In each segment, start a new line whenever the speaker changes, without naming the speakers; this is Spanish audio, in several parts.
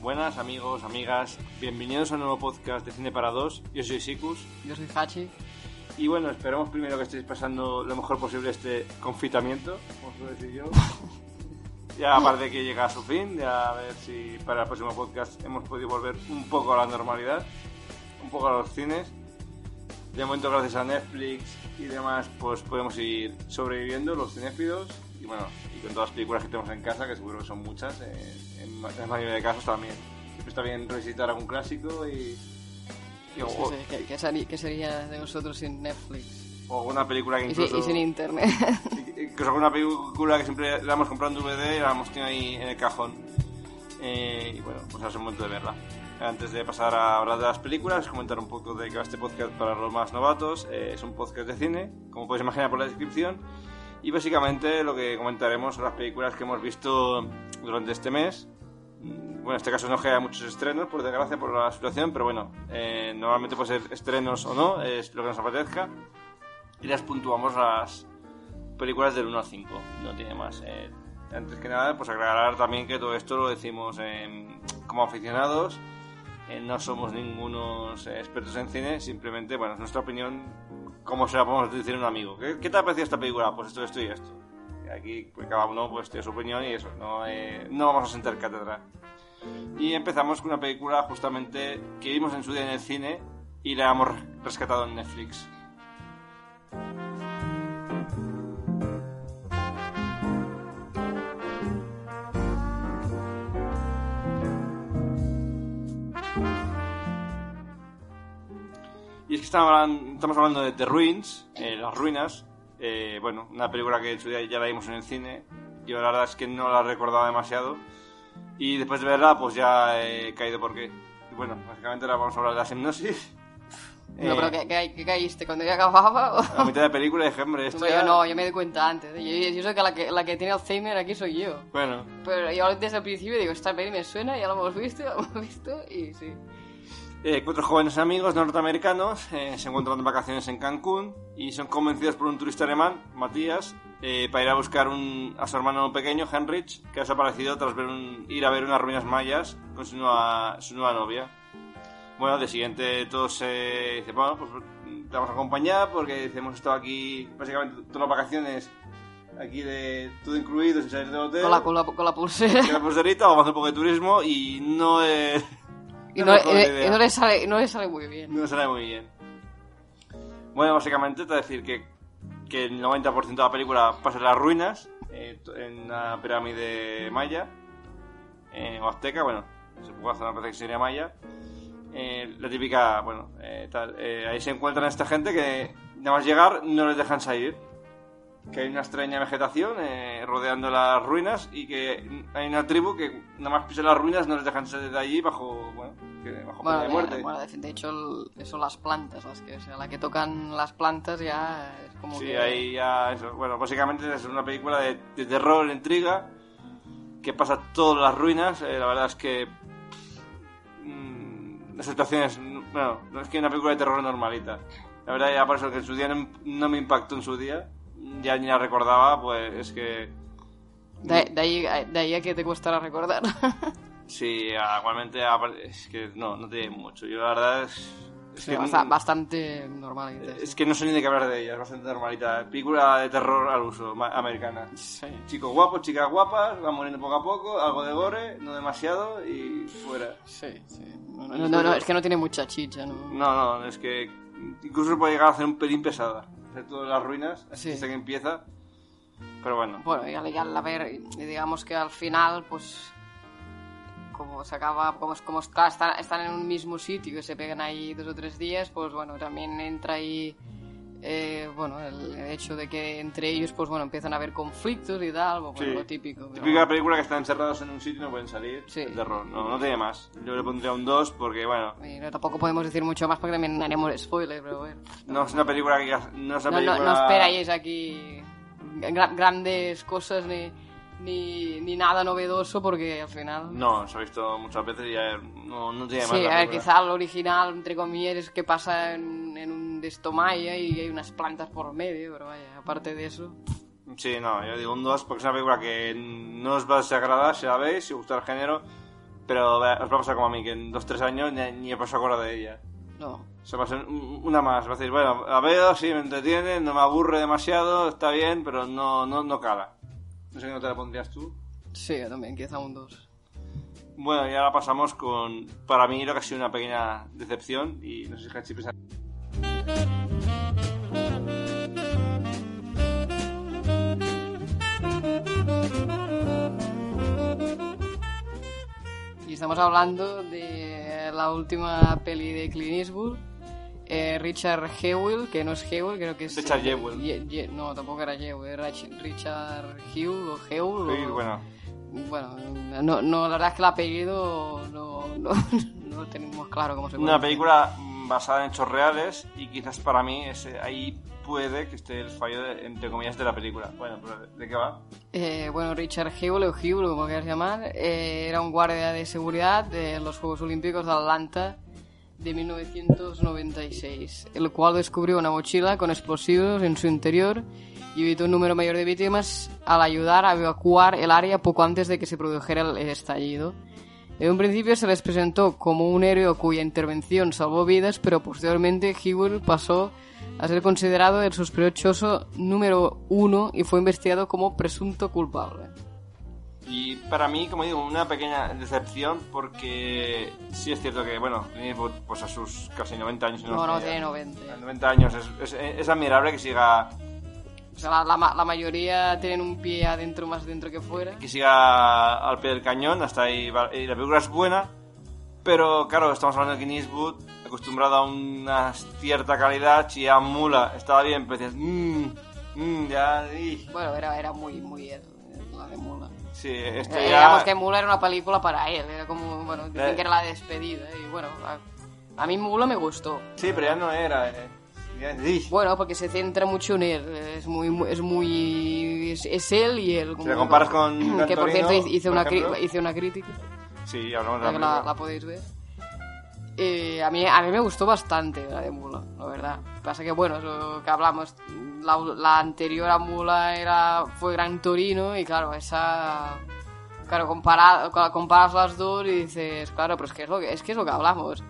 Buenas amigos, amigas, bienvenidos a un nuevo podcast de Cine para Dos. Yo soy Sikus
Yo soy Hachi.
y bueno, esperamos primero que estéis pasando lo mejor posible este confitamiento, como suelo decir yo. Ya aparte de que llega a su fin, ya a ver si para el próximo podcast hemos podido volver un poco a la normalidad, un poco a los cines. De momento gracias a Netflix y demás, pues podemos ir sobreviviendo los cinéfilos y bueno, y con todas las películas que tenemos en casa, que seguro que son muchas, eh, en, ma- en la mayoría de casos también. Siempre está bien revisitar algún clásico y... y-
Sí,
o-
sí, ¿Qué, qué sari- qué sería de nosotros sin Netflix?
O una película que
Y, si-
incluso...
y sin internet.
incluso una película que siempre la hemos comprado en DVD y la hemos tenido ahí en el cajón. Eh, y bueno, pues ahora es el momento de verla. Antes de pasar a hablar de las películas, comentar un poco de qué va este podcast para los más novatos. Eh, es un podcast de cine, como podéis imaginar por la descripción. Y básicamente lo que comentaremos son las películas que hemos visto durante este mes. Mm, Bueno, en este caso no queda muchos estrenos, por desgracia, por la situación, pero bueno, eh, normalmente puede ser estrenos o no, es lo que nos apetezca. Y las puntuamos las, películas del 1 al 5, no tiene más. Eh, antes que nada, pues aclarar también que todo esto lo decimos em, como aficionados, eh, no somos ningunos eh, expertos en cine, simplemente, bueno, es nuestra opinión, como se la podemos decir a un amigo. ¿Qué, qué te ha parecido esta película? Pues esto, esto y esto. Y Aquí pues, cada uno pues tiene su opinión y eso, no, eh, no vamos a sentar cátedra. Y empezamos con una película justamente que vimos en su día en el cine y la hemos rescatado en Netflix. Y es que estamos hablan- estamos hablando de The Ruins, eh, Las Ruinas. eh, bueno, una película que en su día ya la vimos en el cine. Yo la verdad es que no la recordaba demasiado. Y después de verla, pues ya he caído porque... Bueno, básicamente ahora vamos a hablar de la hipnosis. Eh.
no, pero ¿qué, qué- qué caíste? ¿Cuando ya acababa?
A mitad de película dije, hombre, esto
Hombre,
ya-
yo no, yo me di cuenta antes. ¿eh? Yo, yo sé que la, que la que tiene Alzheimer aquí soy yo.
Bueno,
Pero yo desde el principio digo, esta peli me suena, ya la hemos visto, la hemos visto y sí.
Eh, cuatro jóvenes amigos norteamericanos eh, se encuentran de vacaciones en Cancún y son convencidos por un turista alemán, Matías, eh, para ir a buscar un- a su hermano pequeño, Henrich, que ha desaparecido tras ver un- ir a ver unas ruinas mayas con su nueva, su nueva novia. Bueno, de siguiente todos se dicen, bueno, pues te vamos a acompañar porque dice, hemos estado aquí básicamente todas las vacaciones, aquí de todo incluido, sin salir del hotel.
Con la, con la, con la pulsera.
que la pulserita, vamos a hacer un poco de turismo y no es...
Y
es
no,
la mejor
eh,
idea.
y no le sale, no le sale muy bien.
No sale muy bien. Bueno, básicamente te voy a decir que, que el 90% de la película pasa en las ruinas, eh, to- en la pirámide maya, eh, o azteca, bueno, se puede hacer una parece que sería maya. Eh, la típica, bueno, eh, tal, eh, ahí se encuentran esta gente que nada más llegar no les dejan salir. Que hay una extraña vegetación eh, rodeando las ruinas y que hay una tribu que nada más pisa las ruinas no les dejan salir de allí bajo, bueno, que- bajo pena
Bueno,
de
de-
muerte.
bueno, de, de hecho, el- son las plantas las que, o sea, la que tocan las plantas ya es como
Sí,
que...
ahí ya. eso. Bueno, básicamente es una película de, de terror, intriga, que pasa todas las ruinas. eh, la verdad es que. mm, las situaciones. Bueno, no es que una película de terror normalita. La verdad, ya por eso que en su día no, no me impactó en su día, ya ni la recordaba, pues es que.
De, de ahí, de ahí a que te costará recordar.
Sí, igualmente. apar- Es que no, no tiene mucho. Yo la verdad es. es que
Basta-
no-
bastante normal. dices.
es que no sé ni de qué hablar de ella, es bastante normalita. Película de terror al uso, ma- americana.
Sí.
Chicos guapos, chicas guapas, van muriendo poco a poco, algo de gore, no demasiado y fuera.
Sí, sí. No, no, no, no, es que no tiene mucha chicha, ¿no?
No, no, es que incluso puede llegar a ser un pelín pesada. Hacer todas las ruinas, así
Sí.
hasta que empieza. Pero bueno,
Bueno, y al, y al haber, y digamos que al final, pues. Como se acaba, como, es- como está, está- están en un mismo sitio que se pegan ahí dos o tres días, pues bueno, también entra ahí. eh, bueno, el hecho de que entre ellos, pues bueno, empiezan a haber conflictos y tal, pues, bueno,
Sí.
lo típico. pero-
típica película que están encerrados en un sitio y no pueden salir.
Sí.
de Terror, no, no tiene más. Yo le pondría un 2 porque, bueno,
Y no, tampoco podemos decir mucho más porque también haremos spoiler, pero bueno.
no es una película que. No es una
No, no,
película...
no esperáis aquí gra- grandes cosas ni, ni, ni nada novedoso porque al final...
No, se ha visto muchas veces y eh, no, no tiene más.
Sí,
la
a ver,
película.
quizá lo original, entre comillas, es que pasa en, en un destomaya y hay unas plantas por medio, pero vaya, aparte de eso...
Sí, no, yo digo un 2 porque es una película que no os va a desagradar si la veis, si os gusta el género, Pero eh, os va a pasar como a mí, que en 2-3 años ni, ni he pasado acuerdo de ella.
No.
Se va a ser un- una más. Va a decir, bueno, la veo, sí, me entretiene, no me aburre demasiado, está bien, pero no, no, no cala. No sé qué nota le pondrías tú.
Sí, yo también, quizá un 2.
Bueno, y ahora pasamos con, para mí, lo que ha sido una pequeña decepción. Y no sé si Hachi piensa-
Y estamos hablando de la última peli de Clint Eastwood, eh, Richard Hewell, que no es Hewell, creo que es...
Richard
eh,
Jewell.
Ye- Ye- no, tampoco era Jewell, era Ch- Richard Hewell o Hewell.
Sí,
o-
bueno,
Bueno, no, no, la verdad es que el apellido no, no, no lo tenemos claro cómo se
una
pronuncia.
película mm, basada en hechos reales y quizás para mí ese- ahí puede que esté el fallo, de- entre comillas, de la película. Bueno, pero ¿de qué va?
Eh, bueno, Richard Hewlett, o Hewlett, como quieras llamar, eh, era un guardia de seguridad de los Juegos Olímpicos de Atlanta de 1996, el cual descubrió una mochila con explosivos en su interior y evitó un número mayor de víctimas al ayudar a evacuar el área poco antes de que se produjera el estallido. En un principio se les presentó como un héroe cuya intervención salvó vidas, pero posteriormente Hewlett pasó a ser considerado el sospechoso número uno y fue investigado como presunto culpable.
Y para mí, como digo, una pequeña decepción porque sí es cierto que, bueno, Clint Eastwood, pues a sus casi 90 años...
No, no,
sé,
tiene
a
90.
90 años, es, es- es admirable que siga,
O sea, la, la ma- la mayoría tienen un pie adentro más dentro que fuera.
que siga al pie del cañón, hasta ahí va- y la película es buena, pero claro, estamos hablando de Clint Eastwood, acostumbrado a una cierta calidad, chía mula, estaba bien, pero dices, mmm, mmm, ya, y-
Bueno, era, era muy, muy él, la de Mula.
sí, esto
Eh,
ya... Eh.
Digamos que Mula era una película para él, era como, bueno, dicen que era la despedida. Y bueno, a, a mí Mula me gustó.
Sí, pero ya no era... eh, ya- y-
Bueno, porque se centra mucho en él, es muy, muy- es muy, es, es él y él.
Si la comparas con
que por
Cantorino,
cierto hice- hice
por
una, cri-
ejemplo.
hice una crítica.
Sí, hablamos de la
la, que
película.
la, la podéis ver. Eh, a, mí, a mí me gustó bastante la de Mula, la verdad. Pasa que, bueno, es lo que hablamos, la, la anterior a Mula era, fue Gran Torino y, claro, esa... Claro, compara- ca- comparas las dos y dices, claro, pero es que es lo que, es que, es lo que hablamos.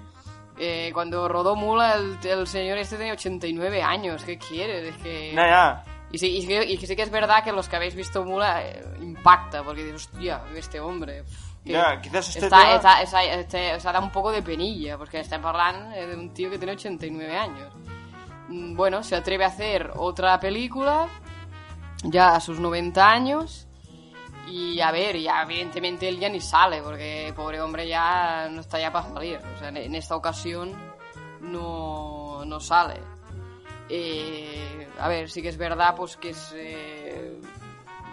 Eh, cuando rodó Mula, el, el señor este tenía 89 años, ¿qué quieres? Es que...
Ya, ya.
Y sí, y sí que- y sí que es verdad que los que habéis visto Mula eh, impacta, porque dices, hostia, este hombre... pff, que-
Ya, quizás este
està,
tema-
està, està, este, o sea, da un poco de penilla, porque estem parlant eh, de un tío que tiene 89 años. Mm, Bueno, se atreve a hacer otra película, ya a sus 90 años, y a ver, ya evidentemente él ya ni sale, porque pobre hombre ya no está ya para salir. O sea, en- en esta ocasión no, no sale. Eh, a ver, sí que es verdad, pues que es. eh,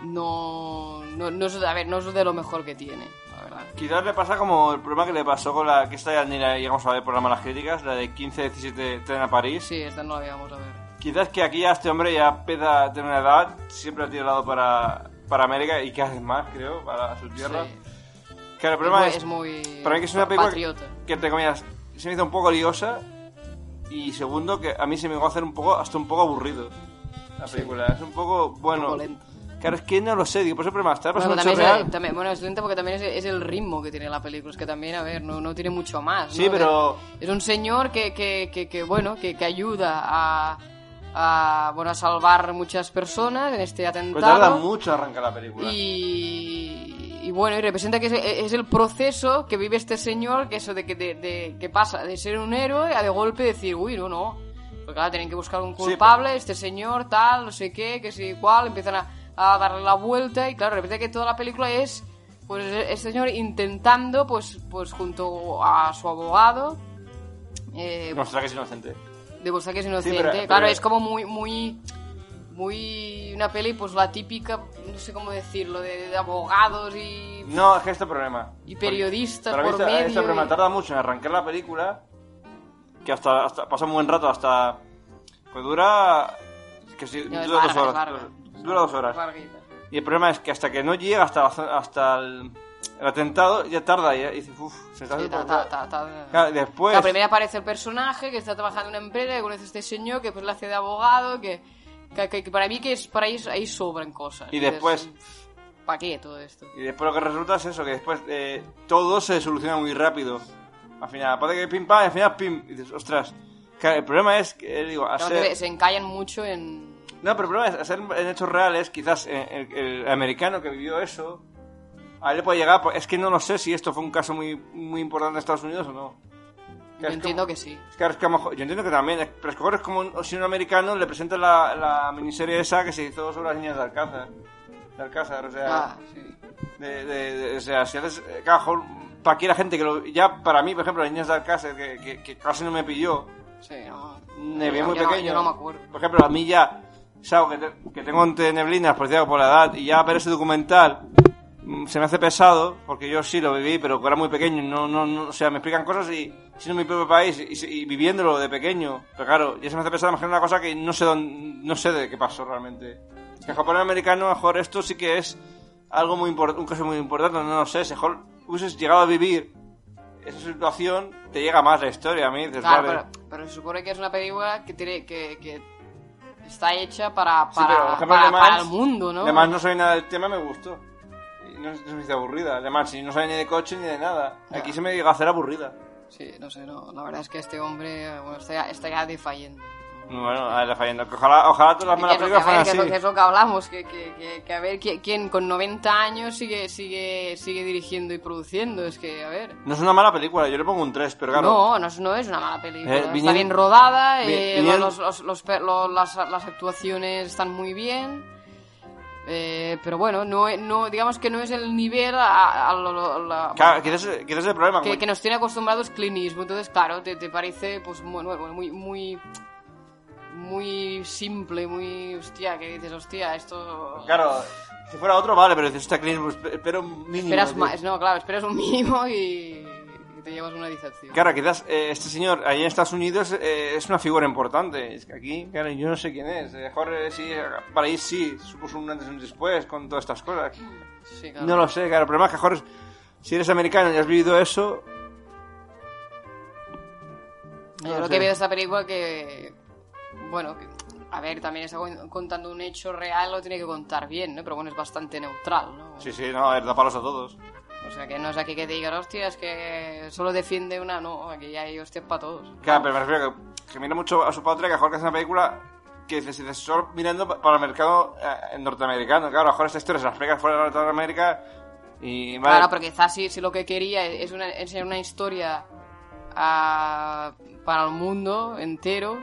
no, no, no es, a ver, no es de lo mejor que tiene, la verdad.
Quizás le pasa como el problema que le pasó con la que esta ya ni la llegamos a ver por las malas críticas, la de 15-17 tren a París.
Sí, esta no la íbamos a ver.
Quizás que aquí ya este hombre ya peda tener una edad, siempre ha tirado para, para América y que hace más, creo, para su tierra.
Sí.
Claro, el problema
es,
es,
muy. es muy
para mí que es una película
patriota.
que entre comillas se me hizo un poco liosa y segundo que a mí se me llegó a hacer un poco hasta un poco aburrido la película. Es un poco bueno.
poco lento.
Claro, es que no lo sé, digo, por eso el problema está
Bueno,
pasando
también
hecho
es-
real.
también- bueno, es lenta porque también es, es el ritmo que tiene la película. Es que también, a ver, no, no tiene mucho más.
Sí,
¿no?
pero-
Es un señor que, que, que, que, bueno, que, que ayuda a, a, bueno, a salvar muchas personas en este
Pero
atentado.
Pues tarda mucho arrancar la película.
Y, y bueno, y representa que es, es el proceso que vive este señor, que eso de que, de, de- que pasa de ser un héroe a de golpe decir, uy, no, no. Porque claro, tienen que buscar un culpable, este señor, tal, no sé qué, que si igual, empiezan a, a darle la vuelta y claro, representa que toda la película es pues este señor intentando, pues, pues junto a su abogado, eh,
Mostrar que es inocente.
demostrar que es inocente.
Sí, pero-
claro,
pero-
es como muy, muy, muy una peli, pues la típica, no sé cómo decirlo, de, de abogados y,
No, es que este problema.
y periodistas
Para mí
por
este,
medio.
este problema
y-
tarda mucho en arrancar la película. Que hasta, hasta pasa un buen rato, hasta. Pues dura. Que sí, dura
No, es
dos
larga, es
horas.
larga.
Dura dos horas.
Larguita.
Y el problema es que hasta que no llega hasta, la zo- hasta el, el atentado, ya tarda. Y, y dices, uff, se está
Sí, ta- ta- ta- ta-
Claro, después.
Claro, primero aparece el personaje que está trabajando en una empresa, que conoce a este señor, que pues le hace de abogado, que, que, que- que para mí que es para ahí, ahí sobran cosas.
Y
Dices,
después.
¿Para qué todo esto?
Y después lo que resulta es eso, que después eh, todo se soluciona muy rápido. Al final, aparte que pim pam, y al final pim. Y dices, ostras. Claro, el problema es que, eh, digo,
Claro,
hacer-
que se encallan mucho en...
No, pero el problema es hacer en hechos reales, quizás eh, el, el americano que vivió eso, a él le puede llegar. pues, Es que no lo sé si esto fue un caso muy, muy importante en Estados Unidos o no.
Yo
es
entiendo
como-
que sí.
Es que, es que a lo mejor- yo entiendo que también, es- pero es que ahora es como un- si un americano le presenta la, la miniserie esa que se hizo sobre las niñas de Alcázar. De Alcázar, o sea.
Ah, sí.
De, de- de- o sea, si haces. eh, Claro, para aquí la gente que lo. Ya para mí, por ejemplo, las niñas de Alcázar, que, que- que casi no me pilló.
Sí, no.
Me vi
Yo-
muy
yo no-
pequeño.
yo no me acuerdo.
Por ejemplo, a mí ya, Sao, que, te- que tengo ante neblinas por decir algo, por la edad, y ya ver ese documental mm, se me hace pesado, porque yo sí lo viví, pero era muy pequeño, no, no, no, o sea, me explican cosas y siendo mi propio país y, y viviéndolo de pequeño, pero claro, ya se me hace pesado imaginar una cosa que no sé dónde- no sé de qué pasó realmente. Es que en Japón americano, a lo mejor esto sí que es algo muy importante, un caso muy importante, no lo sé, si a lo mejor hubieses llegado a vivir esa situación, te llega más la historia a mí, dices,
Claro,
Pues vale.
pero, pero se supone que es una película que tiene que, que está hecha para, para,
Sí, pero, por ejemplo,
para-
Le Mans-
para el mundo, ¿no?
Le Mans no sabía nada del tema, me gustó. Y No, no me hice aburrida. Le Mans, si no sabía ni de coche ni de nada.
Ya.
Aquí se me llegó a hacer aburrida.
Sí, no sé, no. La verdad es que este hombre eh, bueno, está, ya- está ya defallendo.
Bueno, a ver, la fallando. Que Ojalá, ojalá todas las
Que
malas
es lo
películas
que- a ver,
fueran
que es lo-
así.
que es lo que hablamos, que, que, que, que a ver qui- quién con 90 años sigue, sigue, sigue dirigiendo y produciendo. Es que, a ver.
No es una mala película, yo le pongo un 3, pero claro.
No, no es, no es una mala película.
Eh,
está
vinieron-
bien rodada,
vi-
eh,
vinieron-
los- los- los per- lo- las, las actuaciones están muy bien. eh, pero bueno, no, e- no, digamos que no es el nivel a, a lo- a la-
Claro, quizás, quizás es el problema.
que,
como-
que nos tiene acostumbrados Clint Eastwood. Entonces, claro, te, te parece pues muy, bueno, muy, muy, muy simple, muy hostia, que dices, hostia, esto...
Claro, si fuera otro, vale, pero dices, está clean, pues, espero un mínimo.
esperas
tío".
más, no, claro, esperas un mínimo y, y te llevas una decepción.
Claro, quizás eh, este señor ahí en Estados Unidos eh, es una figura importante. Es que aquí, claro, yo no sé quién es. A lo Mejor eh, sí, para ahí sí, supuso un antes y un después con todas estas cosas.
Sí, claro.
No lo sé, claro. El problema es que, Jorge, si eres americano y has vivido eso.
Yo
no
lo
sé.
que veo de esta película que. Bueno, que- a ver, también está cuen- contando un hecho real, lo tiene que contar bien, ¿no? Pero bueno, es bastante neutral, ¿no?
Sí, sí, no, a ver, da palos a todos.
O sea, que no es aquí que te digan, hostia, es que solo defiende una, no, aquí ya hay hostias para todos.
Claro, pero me refiero que, que mira mucho a su padre, que a Jorge hace una película que se dices solo mirando pa- para el mercado eh, norteamericano. Claro, a lo mejor esta historia se las pega fuera de Norteamérica y. Vale,
Claro, porque quizás si, si lo que quería es una, es una historia ah, para el mundo entero,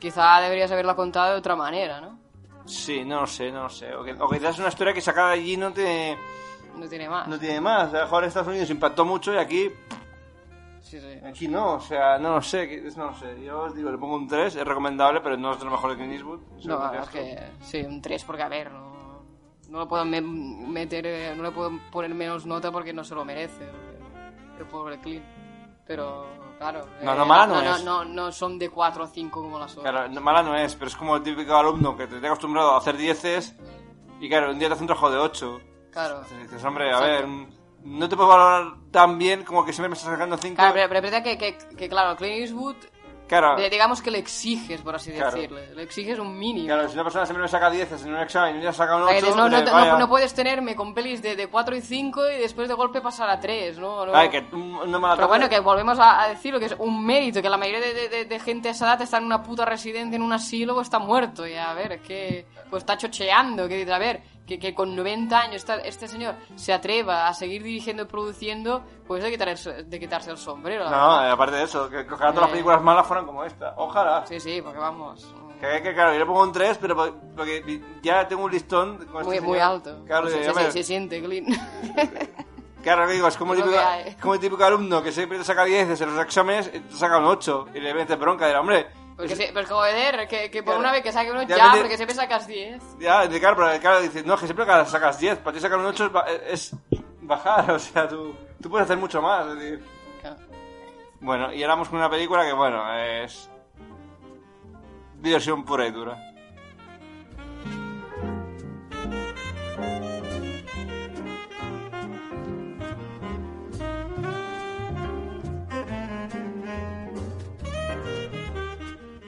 quizá deberías haberla contado de otra manera, ¿no?
Sí, no lo sé, no lo sé. O, que- o quizás es una historia que sacada de allí no te.
No tiene más.
No tiene más. A lo mejor en Estados Unidos impactó mucho y aquí
Sí, sí.
Aquí no, o sea, no lo sé, que- no lo sé. Yo os digo, le pongo un 3, es recomendable, pero no es de lo mejor de Clint Eastwood.
No,
Seguro
la verdad
esto.
es que sí, un 3 porque a ver, no, no lo puedo me- meter, eh, no le puedo poner menos nota porque no se lo merece el- el pobre Clint. Pero claro, eh,
No, no, mala no
no,
es.
no, no son de 4 o 5 como las otras.
Claro, no- mala no es, pero es como el típico alumno que te tiene acostumbrado a hacer 10 y claro, un día te hace un trabajo de 8.
Claro.
Entonces dices, hombre, a
Exacto.
ver, mm, no te puedo valorar tan bien como que siempre me estás sacando 5.
Claro, pero, pero es verdad que, que, que, claro, Clint Eastwood,
claro,
de- digamos que le exiges, por así
Claro.
decirle, le exiges un mínimo.
claro, si una persona siempre me saca 10 en un examen y un día saca un pues,
O sea, que
8,
dices, no, no, te- no- no puedes tenerme con pelis de, de 4 y 5 y después de golpe pasar a 3, ¿no? no
Ay, que un- una mala
Pero bueno,
tarde-
que volvemos a, a decir lo que es un mérito, que la mayoría de, de- de- de gente a esa edad está en una puta residencia, en un asilo o está muerto. Y a ver, es que pues está chocheando, que dices, a ver, que, que con 90 años esta- este señor se atreva a seguir dirigiendo y produciendo, pues de quitarse, de quitarse el sombrero. la verdad.
No, eh, aparte de eso, que que ojalá todas las
Eh.
películas malas fueran como esta. Ojalá.
Sí, sí, porque vamos. mm,
Que, que, claro, yo le pongo un 3, pero po- porque ya tengo un listón con este
Muy, muy
señor.
alto.
Claro,
se,
yo
se-
me-
se siente, Clint.
claro, que digo, es como el,
Es lo
típico,
que hay.
es como el típico alumno que siempre te saca 10 en los exámenes, y te saca un 8 y le metes bronca. Dirá, hombre,
Porque, se- pero joder, que, que por
Claro.
una vez que saque uno
Ya
ya,
vete-
porque siempre sacas 10.
ya, de claro, pero claro, dices, no, es que siempre que sacas 10, para ti sacar un 8 es, ba- es bajar, o sea, tú, tú puedes hacer mucho más. es decir.
Claro.
Bueno, y ahora vamos con una película que, bueno, es. diversión pura y dura.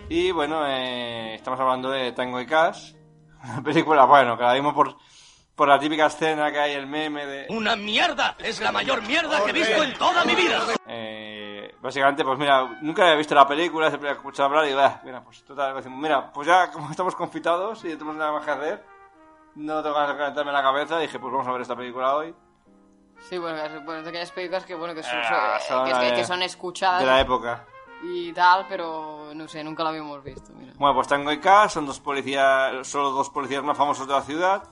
Y bueno, eh, estamos hablando de Tango y Cash. Una película, bueno, que la vimos por. por la típica escena que hay, el meme de...
¡Una mierda! ¡Es la mayor mierda que he visto en toda mi vida!
Eh, básicamente, pues mira, nunca había visto la película, siempre había escuchado hablar y bah, mira, pues total, decimos, mira, pues ya como estamos confitados y no tenemos nada más que hacer, no tengo ganas de calentarme la cabeza, dije, pues vamos a ver esta película hoy.
Sí, bueno, es- bueno, es de aquellas películas que, bueno, que, son,
Ah,
son-
son
que es que-
de-
que son escuchadas
De la época.
y tal, pero no sé, nunca la habíamos visto. Mira.
Bueno, pues Tango y K son dos policías, solo dos policías más famosos de la ciudad.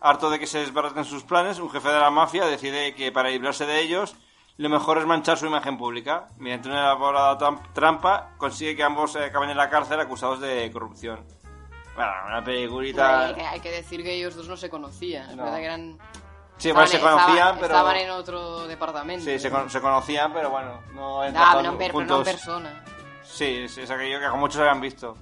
Harto de que se desbaraten sus planes, un jefe de la mafia decide que para librarse de ellos, lo mejor es manchar su imagen pública. Mediante una elaborada tam- trampa, consigue que ambos eh, acaben en la cárcel acusados de corrupción. Bueno, una
Bueno, hay,
peliculita...
que, hay que decir que ellos dos no se conocían, es
No.
verdad que eran...
Sí, bueno,
estaban-
se conocían,
estaban-
pero...
Estaban en otro departamento.
Sí, se, con- se conocían, pero bueno, no
Ah,
entraban
pero no, per- pero no en
juntos.
persona.
Sí, es, es aquello que como muchos habían visto.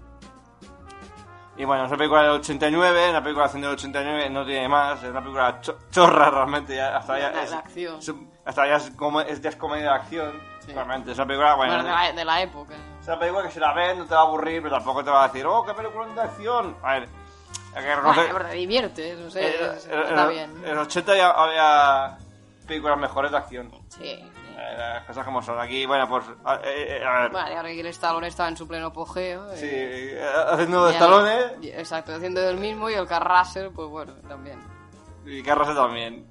Y bueno, es una película del 89, una película de acción del 89, no tiene más, es una película cho- chorra realmente, ya- hasta
De-
ya
de
es,
acción.
es un- hasta ya es, como, es, ya es comedia de acción,
Sí.
realmente, es una película, bueno,
Bueno, de la, de la época.
es una película que si la ves no te va a aburrir, pero tampoco te va a decir, oh, qué película de acción. A ver, hay que
Bueno,
reconocer...
es verdad, divierte, no sé,
eh,
es-
eh, eh,
está bien.
En el 80 ya había películas mejores de acción.
Sí.
Eh,
sí.
Las cosas como son. Aquí, bueno, pues... A, eh, eh, a ver,
Bueno, y ahora que el Stallone estaba en su pleno apogeo.
sí,
eh,
eh, haciendo de eh.
ya-
talones...
y- Exacto, haciendo el mismo y el Carrasser, pues bueno, también.
Y Carrasel también.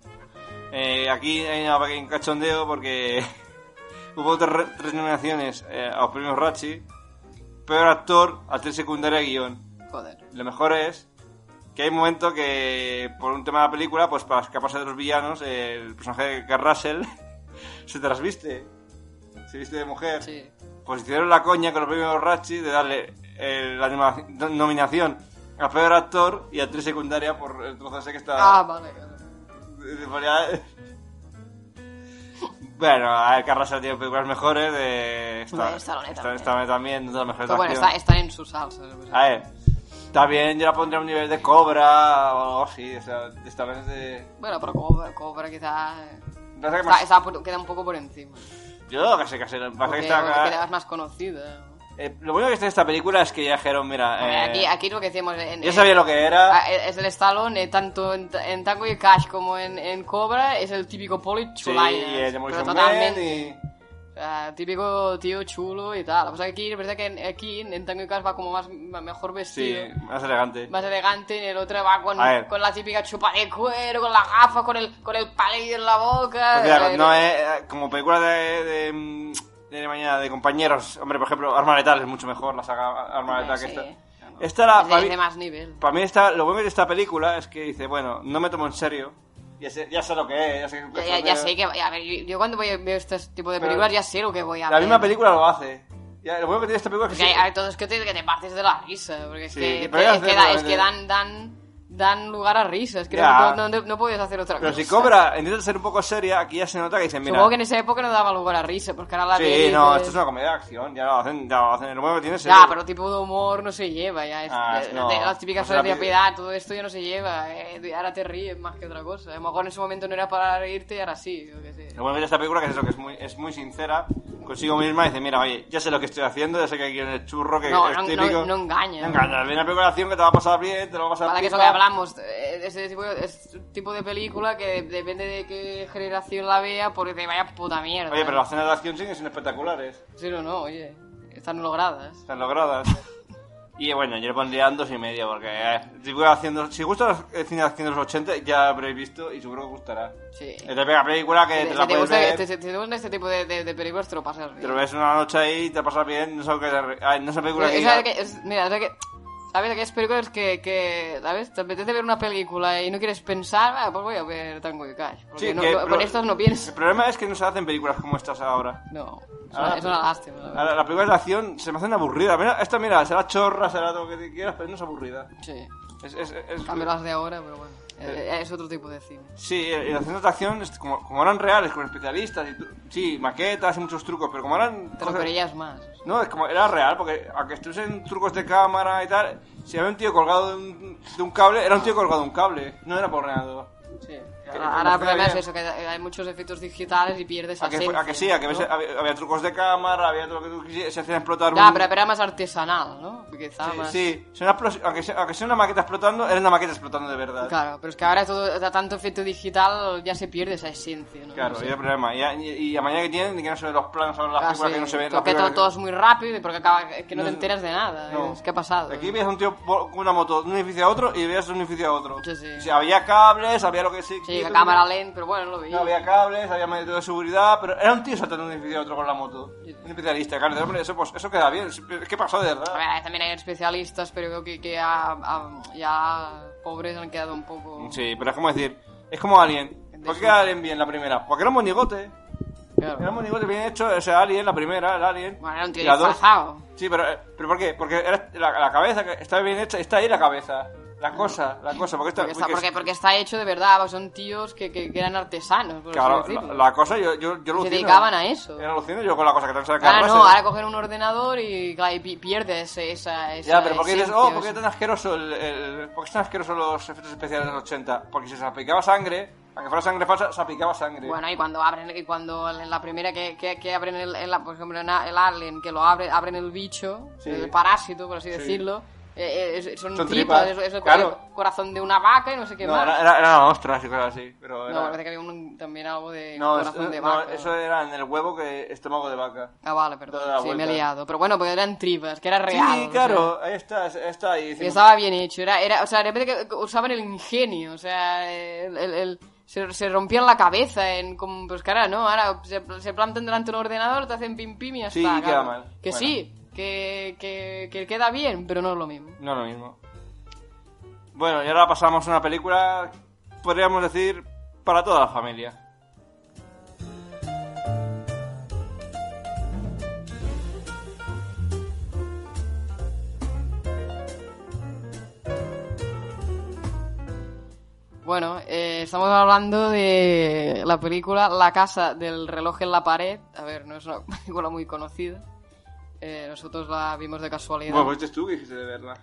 Eh, aquí hay una- un cachondeo porque hubo tres, re- tres nominaciones eh, a los premios Rachi. Peor actor, actriz secundaria y guión.
Joder.
Lo mejor es que hay un momento que, por un tema de la película, pues para escaparse de los villanos, eh, el personaje de Carrasel se trasviste. Se viste de mujer.
Sí.
Pues hicieron la coña con los premios Rachi de darle eh, la anima- nominación a peor actor y actriz secundaria por el trozo ese que está...
Ah, vale. claro.
De variedades. Bueno, a ver, Carrasco tiene películas mejores de...
De Stallone
Esta,
también.
esta también, de las mejores
Pero Pues bueno,
de
está,
acción.
está en su salsa. es verdad.
A ver, también yo la pondría a un nivel de Cobra o algo así, o sea, de esta vez de...
Bueno, pero Cobra, Cobra quizá... eh,
Pasa que
está-
más...
está por- queda un poco por encima.
Yo casi casi, pasa que
Porque, porque
está...
quedabas más conocida.
Eh, lo bueno que está esta película es que ya dijeron,
A ver,
mira,
aquí,
eh,
aquí lo que decimos... En,
yo sabía lo que era,
Ah, Es el Stallone, eh, tanto en, en Tango y Cash como en, en Cobra, es el típico poli
sí, eh,
chulainas,
y el
pero
Demolition Man
totalmente.
y...
O sea, típico tío chulo y tal. O sea, aquí, es verdad que en- aquí en, en Tango y Cash va como más ma- mejor
Sí,
vestido,
más elegante.
más elegante, y en el otro va con,
A ver.
con la típica chupa de cuero, con la gafa, con el, con el palillo en la boca.
Porque, claro,
eh,
Pues no es eh, como película de, de, mm, de mañana de compañeros. Hombre, por ejemplo, Arma Letal es mucho mejor la saga Arma Letal que
sí,
esta.
claro.
Esta la-
Es de-
para, mí,
de más nivel.
para mí esta, lo bueno de esta película es que dice, bueno, no me tomo en serio. Ya sé, ya sé lo que es. Ya sé,
Ya, ya- ya sé que... A ver, yo, yo cuando voy a ver este tipo
Pues
de
Pero-
películas ya sé lo que voy a
La
ver.
misma película lo hace. Ya, lo bueno que tiene esta película es
Porque
que
hay,
sí-
hay todos que te, que te partes de la risa, porque es
Sí,
que,
que podrías
es que,
hacerlo,
da- es que
eh.
dan, dan, dan lugar a risas, que no-
Ya.
no, no, no podías hacer otra
Pero
cosa.
si Cobra intenta ser un poco seria, aquí ya se nota que dicen, mira...
Supongo que en esa época no daba lugar a risa, porque ahora la
Sí,
ves y
no,
dices,
esto es una comedia de acción, ya lo hacen, ya lo hacen. Lo bueno que tiene es...
Ya,
el-
pero tipo de humor no se lleva, ya es,
Ah,
eh,
no.
de- las típicas
Pues
horas de
rápido.
piedad, todo esto ya no se lleva, eh, ahora te ríes más que otra cosa. A lo mejor en ese momento no era para reírte y ahora sí, yo qué sé.
Lo bueno de esta película que es eso, que es muy, es muy sincera consigo misma y dice, mira, oye, ya sé lo que estoy haciendo, ya sé que aquí en el churro, que
No,
es
no- no-
típico.
no engaña.
No engaña, viene una preparación que te va a pasar bien, te lo va a pasar
Para que eso que
pipa.
hablamos, eh, de ese tipo, es un tipo de película que depende de qué generación la vea, porque te vaya puta mierda.
Oye, pero
¿eh?
las escenas de acción sí que son espectaculares,
Sí o no, oye. Están logradas.
están logradas. y bueno, yo le pondría un dos y medio, porque eh, si, voy haciendo, si gusta el cine de acción de los 80, ya habréis visto y seguro que gustará.
Sí.
Es la primera película que te
Si te-
la
si te
puedes
gusta
ver,
este- si te gusta este tipo de, de- de películas, te lo pasas bien.
te lo ves una noche ahí, te pasas bien, no sé qué... ay, No es una película que...
Esa
diga-
que- es- mira, es la que- ¿sabes? Aquellas películas que, que, ¿sabes? Te apetece ver una película y no quieres pensar, ah, pues voy a ver Tango y Cash. Porque
Sí,
no-
que-
no-
pero-
con estas no
El
piensas.
problema es que no se hacen películas como estas ahora.
No, es
Ahora-
una, es una lástima. la verdad.
Ahora, las películas de acción se me hacen aburridas. Mira, esta, mira, será chorra, será lo que te quieras, pero no es aburrida.
Sí.
Es, es, es-
En cambio las de ahora, pero bueno. eh, Es, otro tipo de cine.
Sí, y las escenas de acción, es como, como eran reales, con especialistas, y, tu- sí, maquetas y muchos trucos, pero como eran...
Te lo
cosas-
creías más.
no, es como era real, porque aunque estuviesen trucos de cámara y tal, si había un tío colgado de un, de un cable, era un tío colgado de un cable, no era por ordenador.
Sí. Ahora el problema es
bien.
eso, que hay muchos efectos digitales y pierdes
A que, fue-
esencia,
a que sí, a que
Ah, ¿no?
ves- había, había trucos de cámara, había todo lo que tú quisieras, se hacían explotar
Ya,
un-
pero era más artesanal, ¿no? Quizá
Sí,
más...
sí. Son una explos- aunque, sea, aunque sea una maqueta explotando, era una maqueta explotando de verdad.
Claro, pero es que ahora todo, da tanto efecto digital ya se pierde esa esencia, ¿no?
Claro,
No
y
sé.
el problema. Y, y, y a mañana que tienen, que no se ven los planos, ahora las
Ah,
películas
sí,
que no se ven.
todo-
las
que
películas
todo, todo es muy rápido y porque acaba es que no,
No,
te enteras de nada. ¿eh?
no.
Es que ha pasado.
Aquí veías a un tío por- con una moto de un edificio a otro y veías de un edificio a otro.
Sí, sí.
O sea, había cables, había lo que sí.
Sí,
que-
a cámara lenta, pero bueno, no lo
No,
veía.
había cables, había método de seguridad, pero era un tío saltando de un edificio a otro con la moto.
Sí.
Un especialista, claro. de, Hombre, eso, pues, eso queda bien. ¿Qué pasó de
A
verdad?
ver, también hay especialistas, pero creo que, que ya, a- ya pobres han quedado un poco...
Sí, pero es como decir, es como Alien. ¿Por qué Alien bien la primera? Porque era un monigote.
claro.
Era un monigote bien hecho, o sea, Alien, la primera, el Alien.
Bueno, era un tío
Y la dos-
disfrazado.
Sí, pero, eh, pero ¿por qué? Porque era la, la cabeza, que está bien hecha, está ahí la cabeza. La cosa, la cosa, porque está...
Ah. Porque está,
porque-
porque, porque está hecho de verdad, pues son tíos que, que, que eran artesanos, por así
Claro,
decirlo.
la, la cosa yo, yo, yo
se
alucino.
dedicaban a eso.
Yo alucino yo con la cosa que te han sacado.
Ahora
Russell.
no, ahora cogen un ordenador y, claro, y pi- pierdes esa, esa
Ya, pero ¿por qué dices,
esencia,
oh, por qué
esa-
tan asqueroso el, el- por qué tan asqueroso los efectos especiales de los 80? Porque si se aplicaba sangre, aunque fuera sangre falsa, se aplicaba sangre.
Bueno, y cuando abren, y cuando en la primera que, que, que abren, el, el- por ejemplo, en a- el Alien, que lo abren, abren el bicho,
Sí.
el parásito, por así
Sí.
decirlo, eh, eh, es- son,
Son
tripas,
tripas,
es, es el,
claro.
el corazón de una vaca y no sé qué
no,
más.
era, era, eran ostras y cosas así. Pero
No,
era-
parece que había un- también algo de
no,
corazón
es- eh,
de
no,
vaca.
eso era en el huevo que estómago de vaca.
Ah,
Toda la
vale, perdón, sí, me he
vuelta.
liado. Pero bueno, porque eran tripas, que era real.
sí,
o sea.
claro, ahí está, ahí está. Y
Y
decimos,
estaba bien hecho, era, era, o sea, de repente que- que usaban el ingenio, o sea, el, el- el- se, se rompían la cabeza en como, pues cara, no, ahora se, se plantan delante de un ordenador, te hacen pim pim y ya
Sí,
está.
queda
claro.
mal.
Que
Bueno.
sí, que, que, que queda bien, pero no es lo mismo.
No lo mismo. Bueno, y ahora pasamos a una película, podríamos decir, para toda la familia.
Bueno, eh, estamos hablando de la película La casa del reloj en la pared. A ver, no es una película muy conocida. Eh, nosotros la vimos de casualidad.
Bueno, pues fuiste tú que dijiste de verla.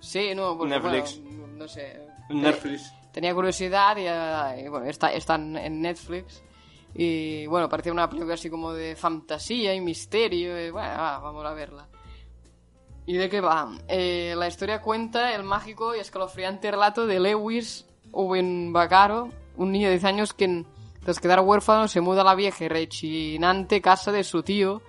sí, no, porque,
Netflix.
bueno, no sé.
Netflix.
tenía curiosidad y, eh, y, bueno, está, está en, en Netflix. Y bueno, parecía una película así como de fantasía y misterio. y, bueno, va, vamos a verla. ¿Y de qué va? Eh, la historia cuenta el mágico y escalofriante relato de Lewis Owen Bacaro, un niño de 10 años que tras quedar huérfano se muda a la vieja y rechinante casa de su tío,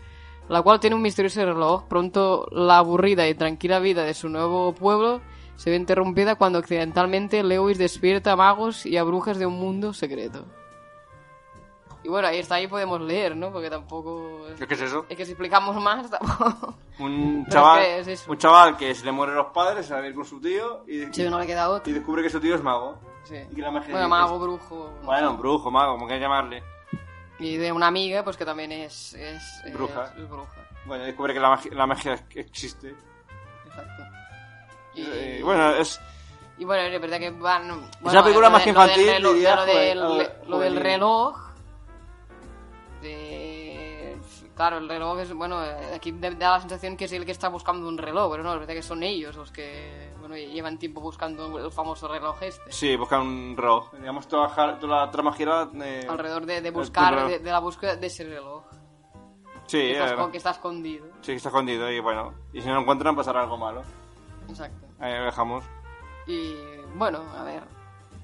la cual tiene un misterioso reloj. Pronto la aburrida y tranquila vida de su nuevo pueblo se ve interrumpida cuando accidentalmente Lewis despierta a magos y a brujas de un mundo secreto. Y bueno, ahí está, ahí podemos leer, ¿no? Porque tampoco...
¿Qué es eso?
Es que si explicamos más, tampoco...
Un
Pero
chaval,
es que es eso.
un chaval que se le mueren los padres, se va a vivir con su tío y,
Sí, no le queda
y
otro.
descubre que su tío es mago.
Sí.
Y que la magia
Bueno,
es-
mago, brujo. no
Bueno, brujo, mago, como quieras llamarle.
sé. Y de una amiga, pues que también es. es es-
Bruja.
es bruja.
Bueno, descubre que la magia, la magia existe.
Exacto. Y,
Y, Eh, bueno, es,
y bueno, es verdad que van. Bueno,
una película
lo
más que
lo del
infantil,
reloj-
diría,
Lo del,
joven-
lo del
juvenil.
reloj. de- Claro, el reloj es. Bueno, eh, aquí da da la sensación que es el que está buscando un reloj, pero no, es verdad que son ellos los que. Bueno, llevan tiempo buscando el famoso reloj este.
sí, buscar un reloj. Digamos, toda, la ja- toda la trama gira... eh,
Alrededor de, de
el
buscar,
reloj.
de, de la búsqueda de ese reloj.
Sí,
que está
eh,
esco- que está escondido.
sí, está escondido y bueno. Y si no lo encuentran, pasará algo malo.
Exacto.
Ahí lo dejamos.
Y bueno, a ver,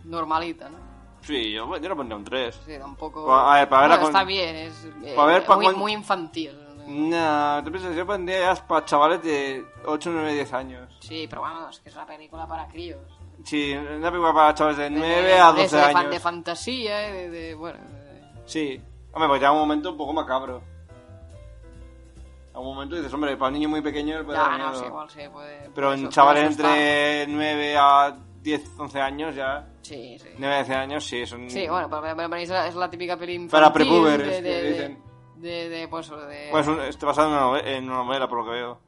normalita, ¿no?
Sí, yo, yo le pondría un 3.
Sí, tampoco.
Pues, A ver, para verla
Bueno,
con-
Está bien, es eh,
Para ver, Mm. para
muy,
cuan-
muy infantil.
No, te piensas, yo pondría ya para chavales de 8, 9, 10 años.
Sí, pero vamos, que es una película para críos.
Sí, una película para chavales de
De-
9 a
de
12
eso, de, fan-
años.
de fantasía, eh, de, de- bueno. de-
Sí. Hombre, pues ya un momento un poco macabro. A un momento dices, hombre, para un niño muy pequeño le puede
Ya,
dar
no,
miedo.
sí, igual se puede.
Pero
puede
en
asu-
chavales
puede asustar.
entre 9 a 10, 11 años ya.
Sí, sí.
9 a 10 años sí, son...
Sí, bueno, pero, pero- pero es, la, es la típica peli infantil.
Para prepúberes,
de, de,
que
de-
dicen.
de- de, pues, de-
Pues un- está basado en una, nove- en una novela, por lo que veo.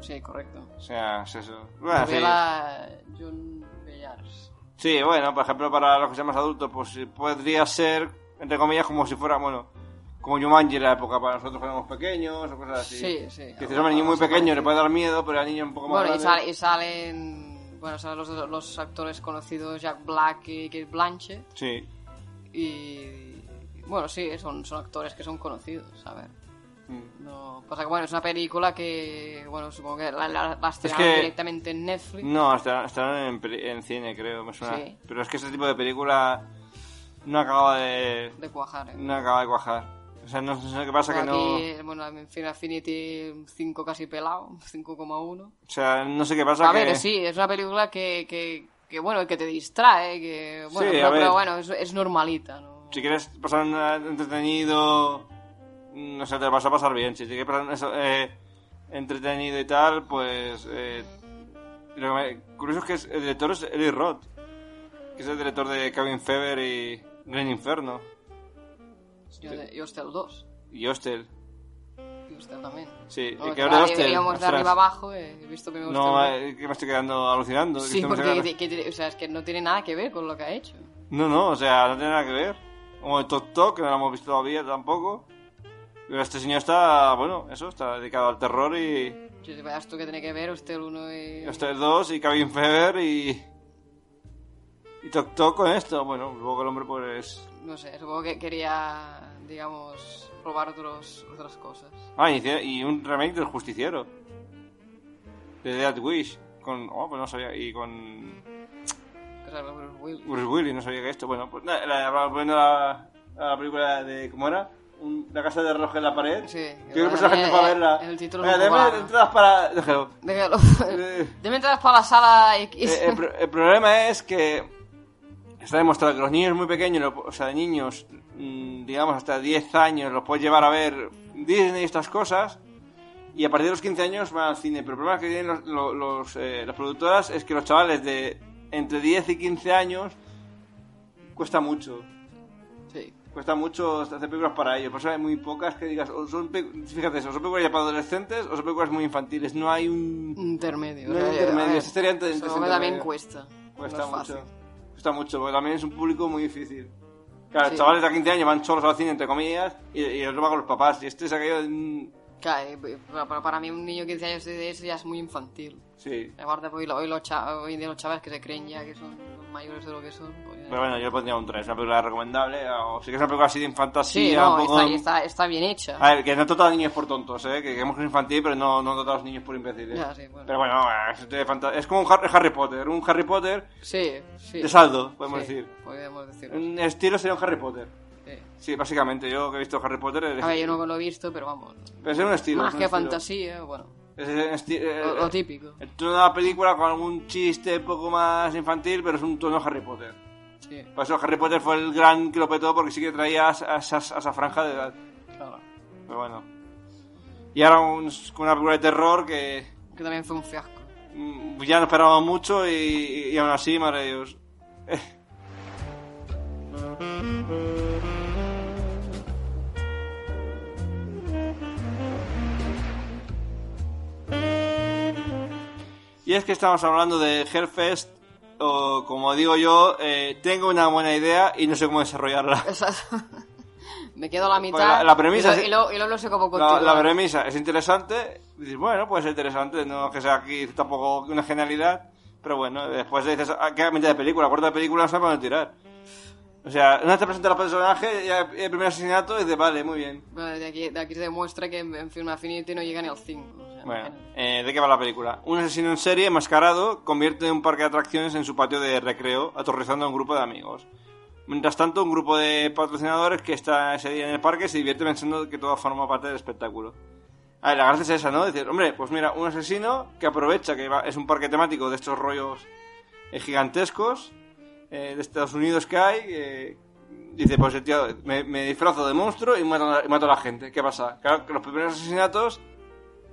Sí, correcto.
O sea, es eso. Bueno, sí.
Novela John Bellars.
Sí, bueno, por ejemplo, para los que sean más adultos, pues eh, podría ser, entre comillas, como si fuera, bueno, como Jumanji en la época, para nosotros que éramos pequeños o cosas así.
Sí, sí.
Ah, Que dices, hombre, al niño muy
Algo
pequeño
parecido.
le puede dar miedo, pero al niño un poco más
Bueno, y,
grande-
sale- y salen bueno, son los, los actores conocidos Jack Black y Kate Blanchett.
Sí.
Y bueno, sí, son, son actores que son conocidos, a ver.
Mm.
No, pasa que bueno, es una película que, bueno, supongo que la, la, la estrenaron
que-
directamente en Netflix.
No, estarán, estarán en, peli- en cine, creo, me suena.
Sí.
Pero es que ese tipo de película no acaba de,
De cuajar, eh.
no acaba de cuajar. O sea, no, no sé qué pasa que no...
Aquí, bueno, en fin, Affinity 5 casi pelado, 5,1.
O sea, no sé qué pasa
A
que...
ver, sí, es una película que, que, que, bueno, que te distrae, que, bueno,
Sí, a
pero,
ver.
pero bueno, es, es normalita, ¿no?
Si quieres pasar un entretenido, mm, no sé, te lo vas a pasar bien. Si te quieres pasar eso, eh, entretenido y tal, pues... eh, lo que me- curioso es que es- el director es Eli Roth, que es el director de Cabin Fever y Green Inferno
Yo, de- yo Hostel 2,
y Hostel.
y Hostel también.
Sí,
No,
que ahora
claro,
Hostel.
íbamos de
ostras.
arriba abajo, eh, he visto primero
No,
Hostel 2.
eh, que me estoy quedando alucinando. que
Sí,
estoy
porque
emocionado.
que- que- o sea, es que no tiene nada que ver con lo que ha hecho.
No, no, o sea, no tiene nada que ver. Como el Tok Tok, que no lo hemos visto todavía tampoco. Pero este señor está, bueno, eso, está dedicado al terror y...
Si te veas tú que tiene que ver Hostel 1 y...
Hostel 2 y Cabin Fever y... Y Tok Tok con esto. Bueno, luego el hombre pues...
No sé, supongo que quería, digamos, probar otros, otras cosas.
Ah, y, hici- y un remake del Justiciero. De Dead Wish. Con... Oh, pues no sabía. Y con...
Cosas de Bruce Willis.
Bruce Willis, no sabía que esto. Bueno, pues nada, la- la- volviendo a la, a la película de. ¿Cómo era? Un- la casa de reloj en la pared.
Sí,
Que
bueno,
puse la gente
eh,
para
eh,
verla.
el título
Venga,
es muy
deme
cubano.
entradas para. Déjalo.
Déjalo.
Eh.
Deme entradas para la sala X.
Eh, el, pro- el problema es que. Está demostrado que los niños muy pequeños, lo- o sea, niños, mm, digamos, hasta 10 años, los puedes llevar a ver Disney y estas cosas. Y a partir de los 15 años van al cine. Pero el problema que tienen los- lo- los, eh, las productoras es que los chavales de entre 10 y 15 años cuesta mucho.
Sí.
Cuesta mucho hacer películas para ellos. Por eso hay muy pocas que digas, o son, pe- fíjate eso, son películas ya para adolescentes o son películas muy infantiles. No hay un...
Intermedio.
No
o sea,
hay intermedio,
a ver,
ese sería antes-
supongo
antes
que también
intermedio.
cuesta.
Cuesta
no es
Pues mucho.
fácil.
Cuesta mucho, porque también es un público muy difícil. Claro,
Sí.
chavales de 15 años van solos al cine, entre comillas, y, y los va con los papás. Y este se ha caído en...
Claro, eh, pero- pero para mí un niño de 15 años de eso ya es muy infantil.
Sí.
Aparte, hoy, hoy, los cha- hoy en día los chavales que se creen ya que son mayores de lo que son. pues ya-
Pero bueno, yo le pondría un 3, una película recomendable. O sí que es una película así de fantasía,
sí, no,
un poco...
está, está, está bien hecha.
A ver, que no trata a niños por tontos, ¿eh? Que queremos que es infantil, pero no, no trata a los niños por imbéciles.
Ya, sí, bueno.
Pero bueno, eh, es, de fanta- es como un Har- Harry Potter, un Harry Potter
Sí, sí.
de saldo, podemos
Sí,
decir.
Podemos decirlo.
Un estilo sería un Harry Potter.
sí.
Sí, básicamente, yo que he visto Harry Potter... es-
A ver, yo no lo he visto, pero vamos.
Pero es un estilo.
Más
es un
que
estilo.
fantasía, bueno.
Es, es- es-
Lo, lo típico.
El tono de la película con algún chiste un poco más infantil, pero es un tono Harry Potter.
Sí,
Por eso Harry Potter fue el gran que lo petó porque sí que traía a, esa- a esa- a esa franja de edad.
claro.
Pero bueno. Y ahora un- con una película de terror que
Que también fue un fiasco.
mm, ya no esperábamos mucho y, y aún así, madre de Dios. Y es que estamos hablando de Hellfest, o como digo yo, eh, tengo una buena idea y no sé cómo desarrollarla.
O sea, me quedo a la mitad.
Pues la- la premisa
y lo-
es-
Y luego, y luego no sé cómo
La,
continuar.
la premisa es interesante. Dices, bueno, puede ser interesante, no que sea aquí tampoco una genialidad. Pero bueno, después dices, ah, queda mitad de película, cuarta de película, no sabe para dónde tirar. O sea, una vez te presenta el personaje, ya el primer asesinato, y dices, vale, muy bien.
Bueno, de aquí, de aquí se demuestra que en, en Film Affinity no llega ni al 5. o sea,
Bueno,
imagínate.
eh, ¿de qué va la película? Un asesino en serie enmascarado convierte un parque de atracciones en su patio de recreo, aterrorizando a un grupo de amigos. Mientras tanto, un grupo de patrocinadores que está ese día en el parque se divierte pensando que todo forma parte del espectáculo. A ver, la gracia es esa, ¿no? Decir, hombre, pues mira, un asesino que aprovecha que va- es un parque temático de estos rollos eh, gigantescos eh, de Estados Unidos que hay. eh, dice, pues el tío, me, me disfrazo de monstruo y mato, a la- y mato a la gente. ¿Qué pasa? Claro, que los primeros asesinatos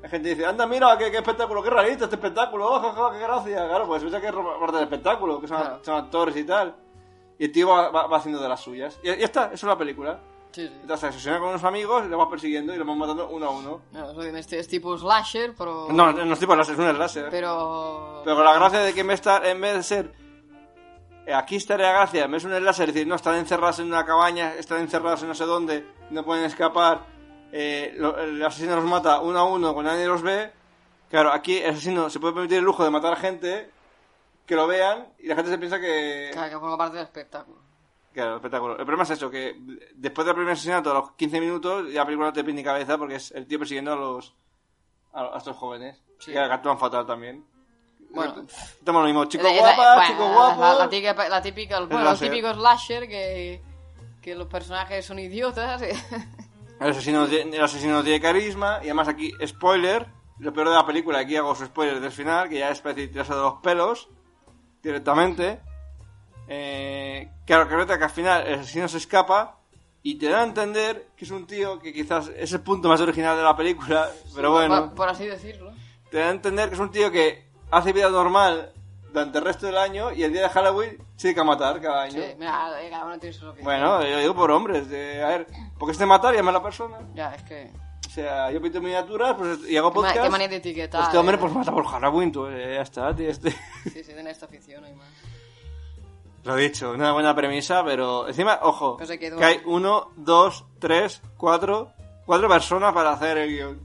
la gente dice, anda, mira, qué, qué espectáculo, qué realista este espectáculo, oh, ja, ja, qué gracia. Claro, pues piensa que es ro- parte del espectáculo, que son,
Claro.
son actores y tal. Y el tío va, va- va haciendo de las suyas. Y, y ya está, eso es la película.
Sí, sí.
Entonces se obsesiona con unos amigos y los va persiguiendo y los va matando uno a uno.
No, soy- este es tipo slasher, pero.
No, no es tipo láser, es un láser.
Oh. Pero.
Pero con la gracia de que en vez, de estar- en vez de ser. eh, Aquí estaría la gracia, en vez de un enlace, es decir, no, están encerrados en una cabaña, están encerrados en no sé dónde, no pueden escapar, eh, lo- el asesino los mata uno a uno cuando nadie los ve. Claro, aquí el asesino se puede permitir el lujo de matar gente, que lo vean y la gente se piensa que...
Claro, que forma parte del espectáculo.
Claro, espectáculo. El problema es eso, que después del primer asesinato, a los 15 minutos, la película no te pide ni cabeza porque es el tío persiguiendo a los... a, a estos jóvenes.
Sí.
Que actúan fatal también.
Bueno.
Estamos lo mismo, chico
Es- es-
guapa,
Eh, bueno,
chico
La,
guapo...
la típica, la típica- bueno, el
slasher.
típico slasher que, que los personajes son idiotas. eh.
El asesino, no tiene- el asesino no tiene carisma. Y además aquí, spoiler, lo peor de la película, aquí hago su spoiler del final, que ya es para decir tirarse de los pelos directamente. Eh, claro, que resulta que al final el asesino se escapa y te da a entender que es un tío que quizás es el punto más original de la película, pero bueno,
Por, por así decirlo.
te da a entender que es un tío que hace vida normal durante el resto del año y el día de Halloween se dedica a matar cada año.
Sí, mira, eh, cada uno tiene su opinión.
Bueno, yo digo por hombres, de, a ver, ¿por qué este matar y a la persona?
Ya, es que...
O sea, yo pinto miniaturas pues, y hago
Qué, ma-
podcast.
qué manía de etiquetar.
este hombre
eh.
pues mata por Halloween, tú, eh, ya está, tío. Este...
Sí, sí, tiene esta afición, no hay más.
Lo he dicho, una buena premisa, pero encima, ojo,
Pero se quedó.
que hay uno, dos, tres, cuatro, cuatro personas para hacer el guión.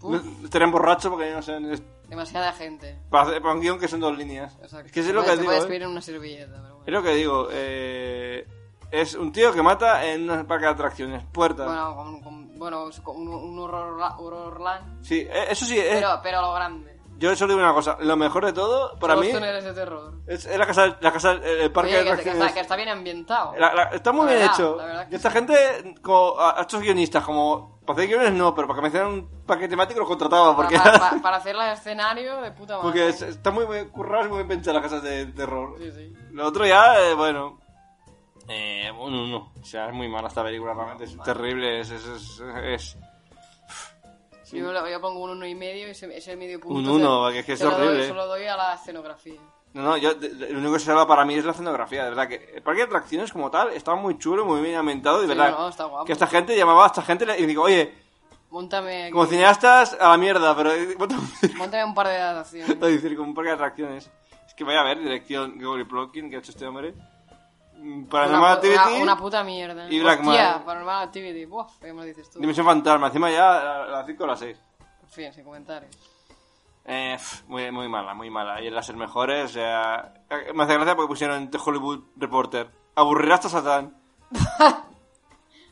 Uf.
No- Estarán borrachos porque no sé, es-
Demasiada gente.
para, hacer, para un guión que son dos líneas.
Exacto.
Es que eso es lo que
Puedes- te
digo,
puedes
eh.
escribir en una servilleta, pero
es
bueno.
lo que digo. eh, es un tío que mata en un parque de atracciones, puertas.
Bueno, con, con- bueno, es con un, un horror, horrorland,
Sí, eh, eso sí, eh,
pero, pero a lo grande.
yo solo digo una cosa, lo mejor de todo, para
Todos
mí,
túneles de terror.
es, es la casa, la casa, el, el parque
Oye,
de
que, que
atracciones.
está, que está bien ambientado.
La- la- está muy
La
bien
verdad,
hecho.
la verdad que
Y esta gente, como a, a estos guionistas, como para hacer guiones no, pero para que me hicieran un paquete temático los contrataba porque,
Para, para, para hacer los escenarios de puta madre.
porque es- está muy bien currado y muy bien pensado las casas de terror.
Sí, sí.
Lo otro ya, eh, bueno. Eh, un uno. O sea, es muy mala esta película, realmente. Es terrible. Es. es, es, es-
Yo, le- yo pongo un uno y medio y ese, ese medio punto.
Un
se-
uno, porque es que es
se lo doy-
horrible.
se lo doy a la escenografía.
No, no, yo. de- de- Lo único que se salva para mí es la escenografía, de verdad. que El parque de atracciones, como tal, está muy chulo, muy bien ambientado, y de
Sí,
verdad.
no, no, está guapo.
Que esta gente llamaba a esta gente y digo, oye,
Móntame, aquí-
como cineastas, a la mierda, pero. eh,
móntame un par de adaptaciones.
Voy a decir, como un parque de atracciones. Es que vaya a ver, dirección Gregory Plotkin, que ha hecho este hombre. Mm, Paranormal
una, pu- una-
Activity,
una puta mierda.
y Black
Hostia,
Mirror.
Paranormal Activity. Buah, ¿qué me lo dices tú?
Dimensión Fantasma. Encima ya a las 5 o las 6.
En fin, sin comentarios.
Eh, pf, muy, muy mala, muy mala. Y en las mejores, o sea... eh, Me hace gracia porque pusieron The Hollywood Reporter. Aburrirá hasta Satán.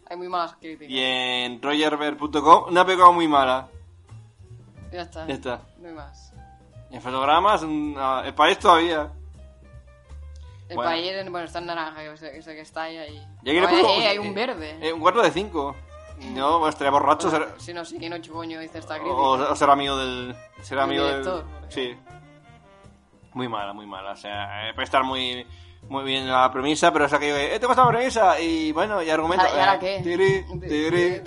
Hay muy malas críticas.
Y en rogerbert.com, una película muy mala.
Ya está.
Ya está.
No hay más.
Y en fotogramas, una- el país todavía.
El
Bueno.
país en- bueno, está en naranja, que sé, que sé que está ahí. ahí.
Y aquí le
No,
pongo-
eh, eh, hay un
eh,
verde.
eh, un 4 de 5. No, bueno, estaría borracho.
Bueno,
será-
Si no sé quién ocho coño dice
Oh,
esta crítica.
O, o ser amigo del. Ser
Del
amigo
director, por
del.
ejemplo.
Sí. Muy mala, muy mala. O sea, eh, puede estar muy, muy bien la premisa, pero es aquello que. ¡Eh, tengo esta premisa! Y bueno, y argumento.
Ah, ¿y ahora
eh,
qué?
tiri, tiri, tiri, tiri.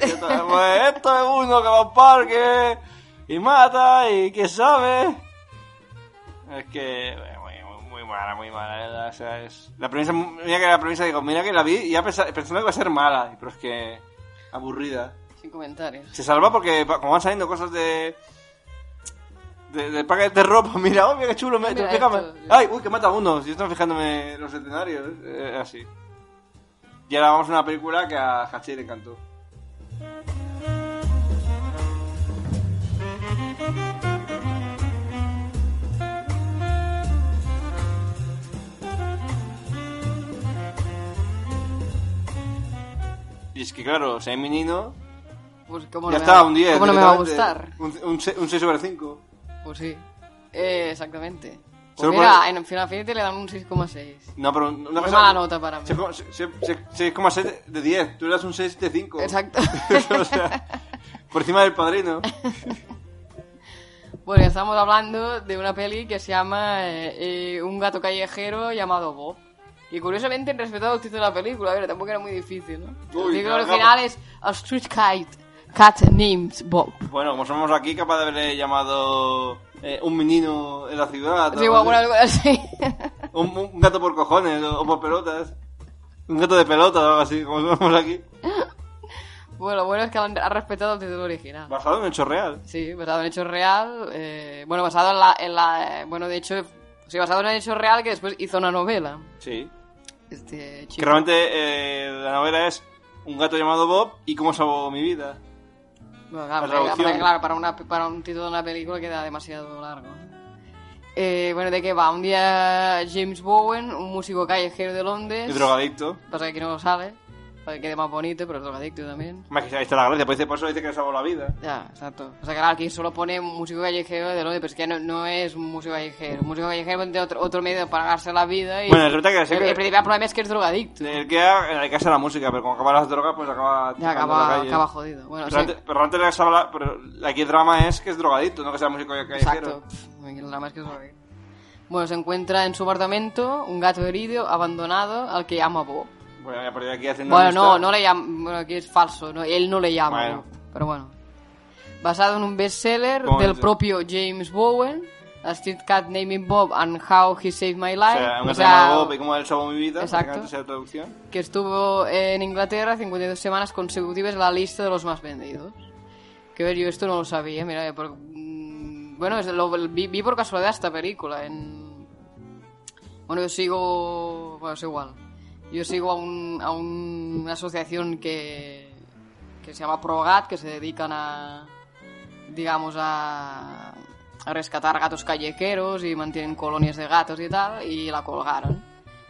Tiri.
Pues esto es uno que va al parque y mata y que sabe. Es que. eh, Muy, muy- muy mala, muy mala, la ¿verdad? O sea, es. La premisa. Mira que la premisa, digo, mira que la vi y ya pensa- pensando que va a ser mala, pero es que. aburrida.
Sin comentarios.
Se salva porque va- como van saliendo cosas de. de, de paquetes de ropa, mira, oh, mira qué chulo, me,
Mira
te fijas-
esto.
Ay, uy, que mata a uno, yo estaba fijándome en los escenarios, eh, así. Y ahora vamos a una película que a Hachi le encantó. Y es que claro, o sea, hay menino,
Pues, ¿cómo
ya
no me
está,
va-
un 10.
¿Cómo no me va a gustar?
directamente. Un, un, se- un 6 sobre 5.
Pues sí. Eh, exactamente. Pues
Solo
mira,
por-
en Final Fantasy le dan un 6,6.
No, pero una
Muy mala nota para mí.
6,7 de 10. Tú eras un 6 de 5.
Exacto.
o sea, por encima del padrino.
Bueno, Pues estamos hablando de una peli que se llama eh, eh, Un gato callejero llamado Bob. Y curiosamente han respetado el título de la película, a ver, tampoco era muy difícil, ¿no?
Uy,
el título
caramba.
original es A Street Kite, Cat Names Bob.
Bueno, como somos aquí, capaz de haberle llamado eh, un menino en la ciudad.
Sí,
o
o alguna alguna- sí.
un, un gato por cojones o, o por pelotas. Un gato de pelota o algo así, como somos aquí.
bueno, lo bueno es que han, han respetado el título original.
Basado en un hecho real.
Sí, basado en hechos real. eh, bueno, basado en la, en la- eh, Bueno, de hecho, sí, basado en el hecho real que después hizo una novela.
Sí.
Este
Que
chico.
realmente eh, la novela es Un gato llamado Bob y cómo salvó mi vida.
Bueno, claro,
La traducción.
para, claro, para una- para un título de una película queda demasiado largo. ¿no? Eh, bueno, ¿de qué va? Un día James Bowen, un músico callejero de Londres.
El drogadicto.
Pasa que aquí no lo sale. Para que quede más bonito, pero es drogadicto también.
Más que ahí está la gracia, pues dice- por eso dice que le salvó la vida.
Ya, exacto. O sea, claro, aquí solo pone músico callejero de Londres, pero es que no, no es un músico callejero. Músico callejero tiene otro, otro medio para ganarse la vida. Y
Bueno, resulta que se-
el, el principal problema es que es drogadicto.
El que en el que hace la música, pero como acaba las drogas, pues acaba.
Ya
tocando en la
acaba,
calle.
acaba jodido. Bueno,
Pero,
sí,
antes, pero antes le hablaba- pero aquí el drama es que es drogadicto, no que sea músico callejero.
exacto. Pff, me quiero nada más que eso. Bueno, se encuentra en su apartamento un gato herido, abandonado, al que llama Bob.
Bueno, a partir de aquí haciendo.
Bueno, no,
amistad.
no le llama. Bueno, aquí es falso, no, él no le llama.
Bueno.
¿no? Pero bueno. Basado en un bestseller
¿Cómo
del
dice?
propio James Bowen, A Street Cat Naming Bob and How He Saved My
O
Life.
sea, un
o
gato
sea,
llamado Bob y cómo él salvó mi vida.
Exacto.
Exacto. Esa traducción.
que estuvo en Inglaterra 52 semanas consecutivas en la lista de los más vendidos. Que ver, yo esto no lo sabía, mira, por- mm, bueno, es de lo, vi, vi por casualidad esta película en... Bueno, yo sigo... Bueno, es igual. Yo sigo a, un- a un- una asociación que, que se llama ProGat, que se dedican a, digamos, a, a rescatar gatos callejeros y mantienen colonias de gatos y tal, y la colgaron.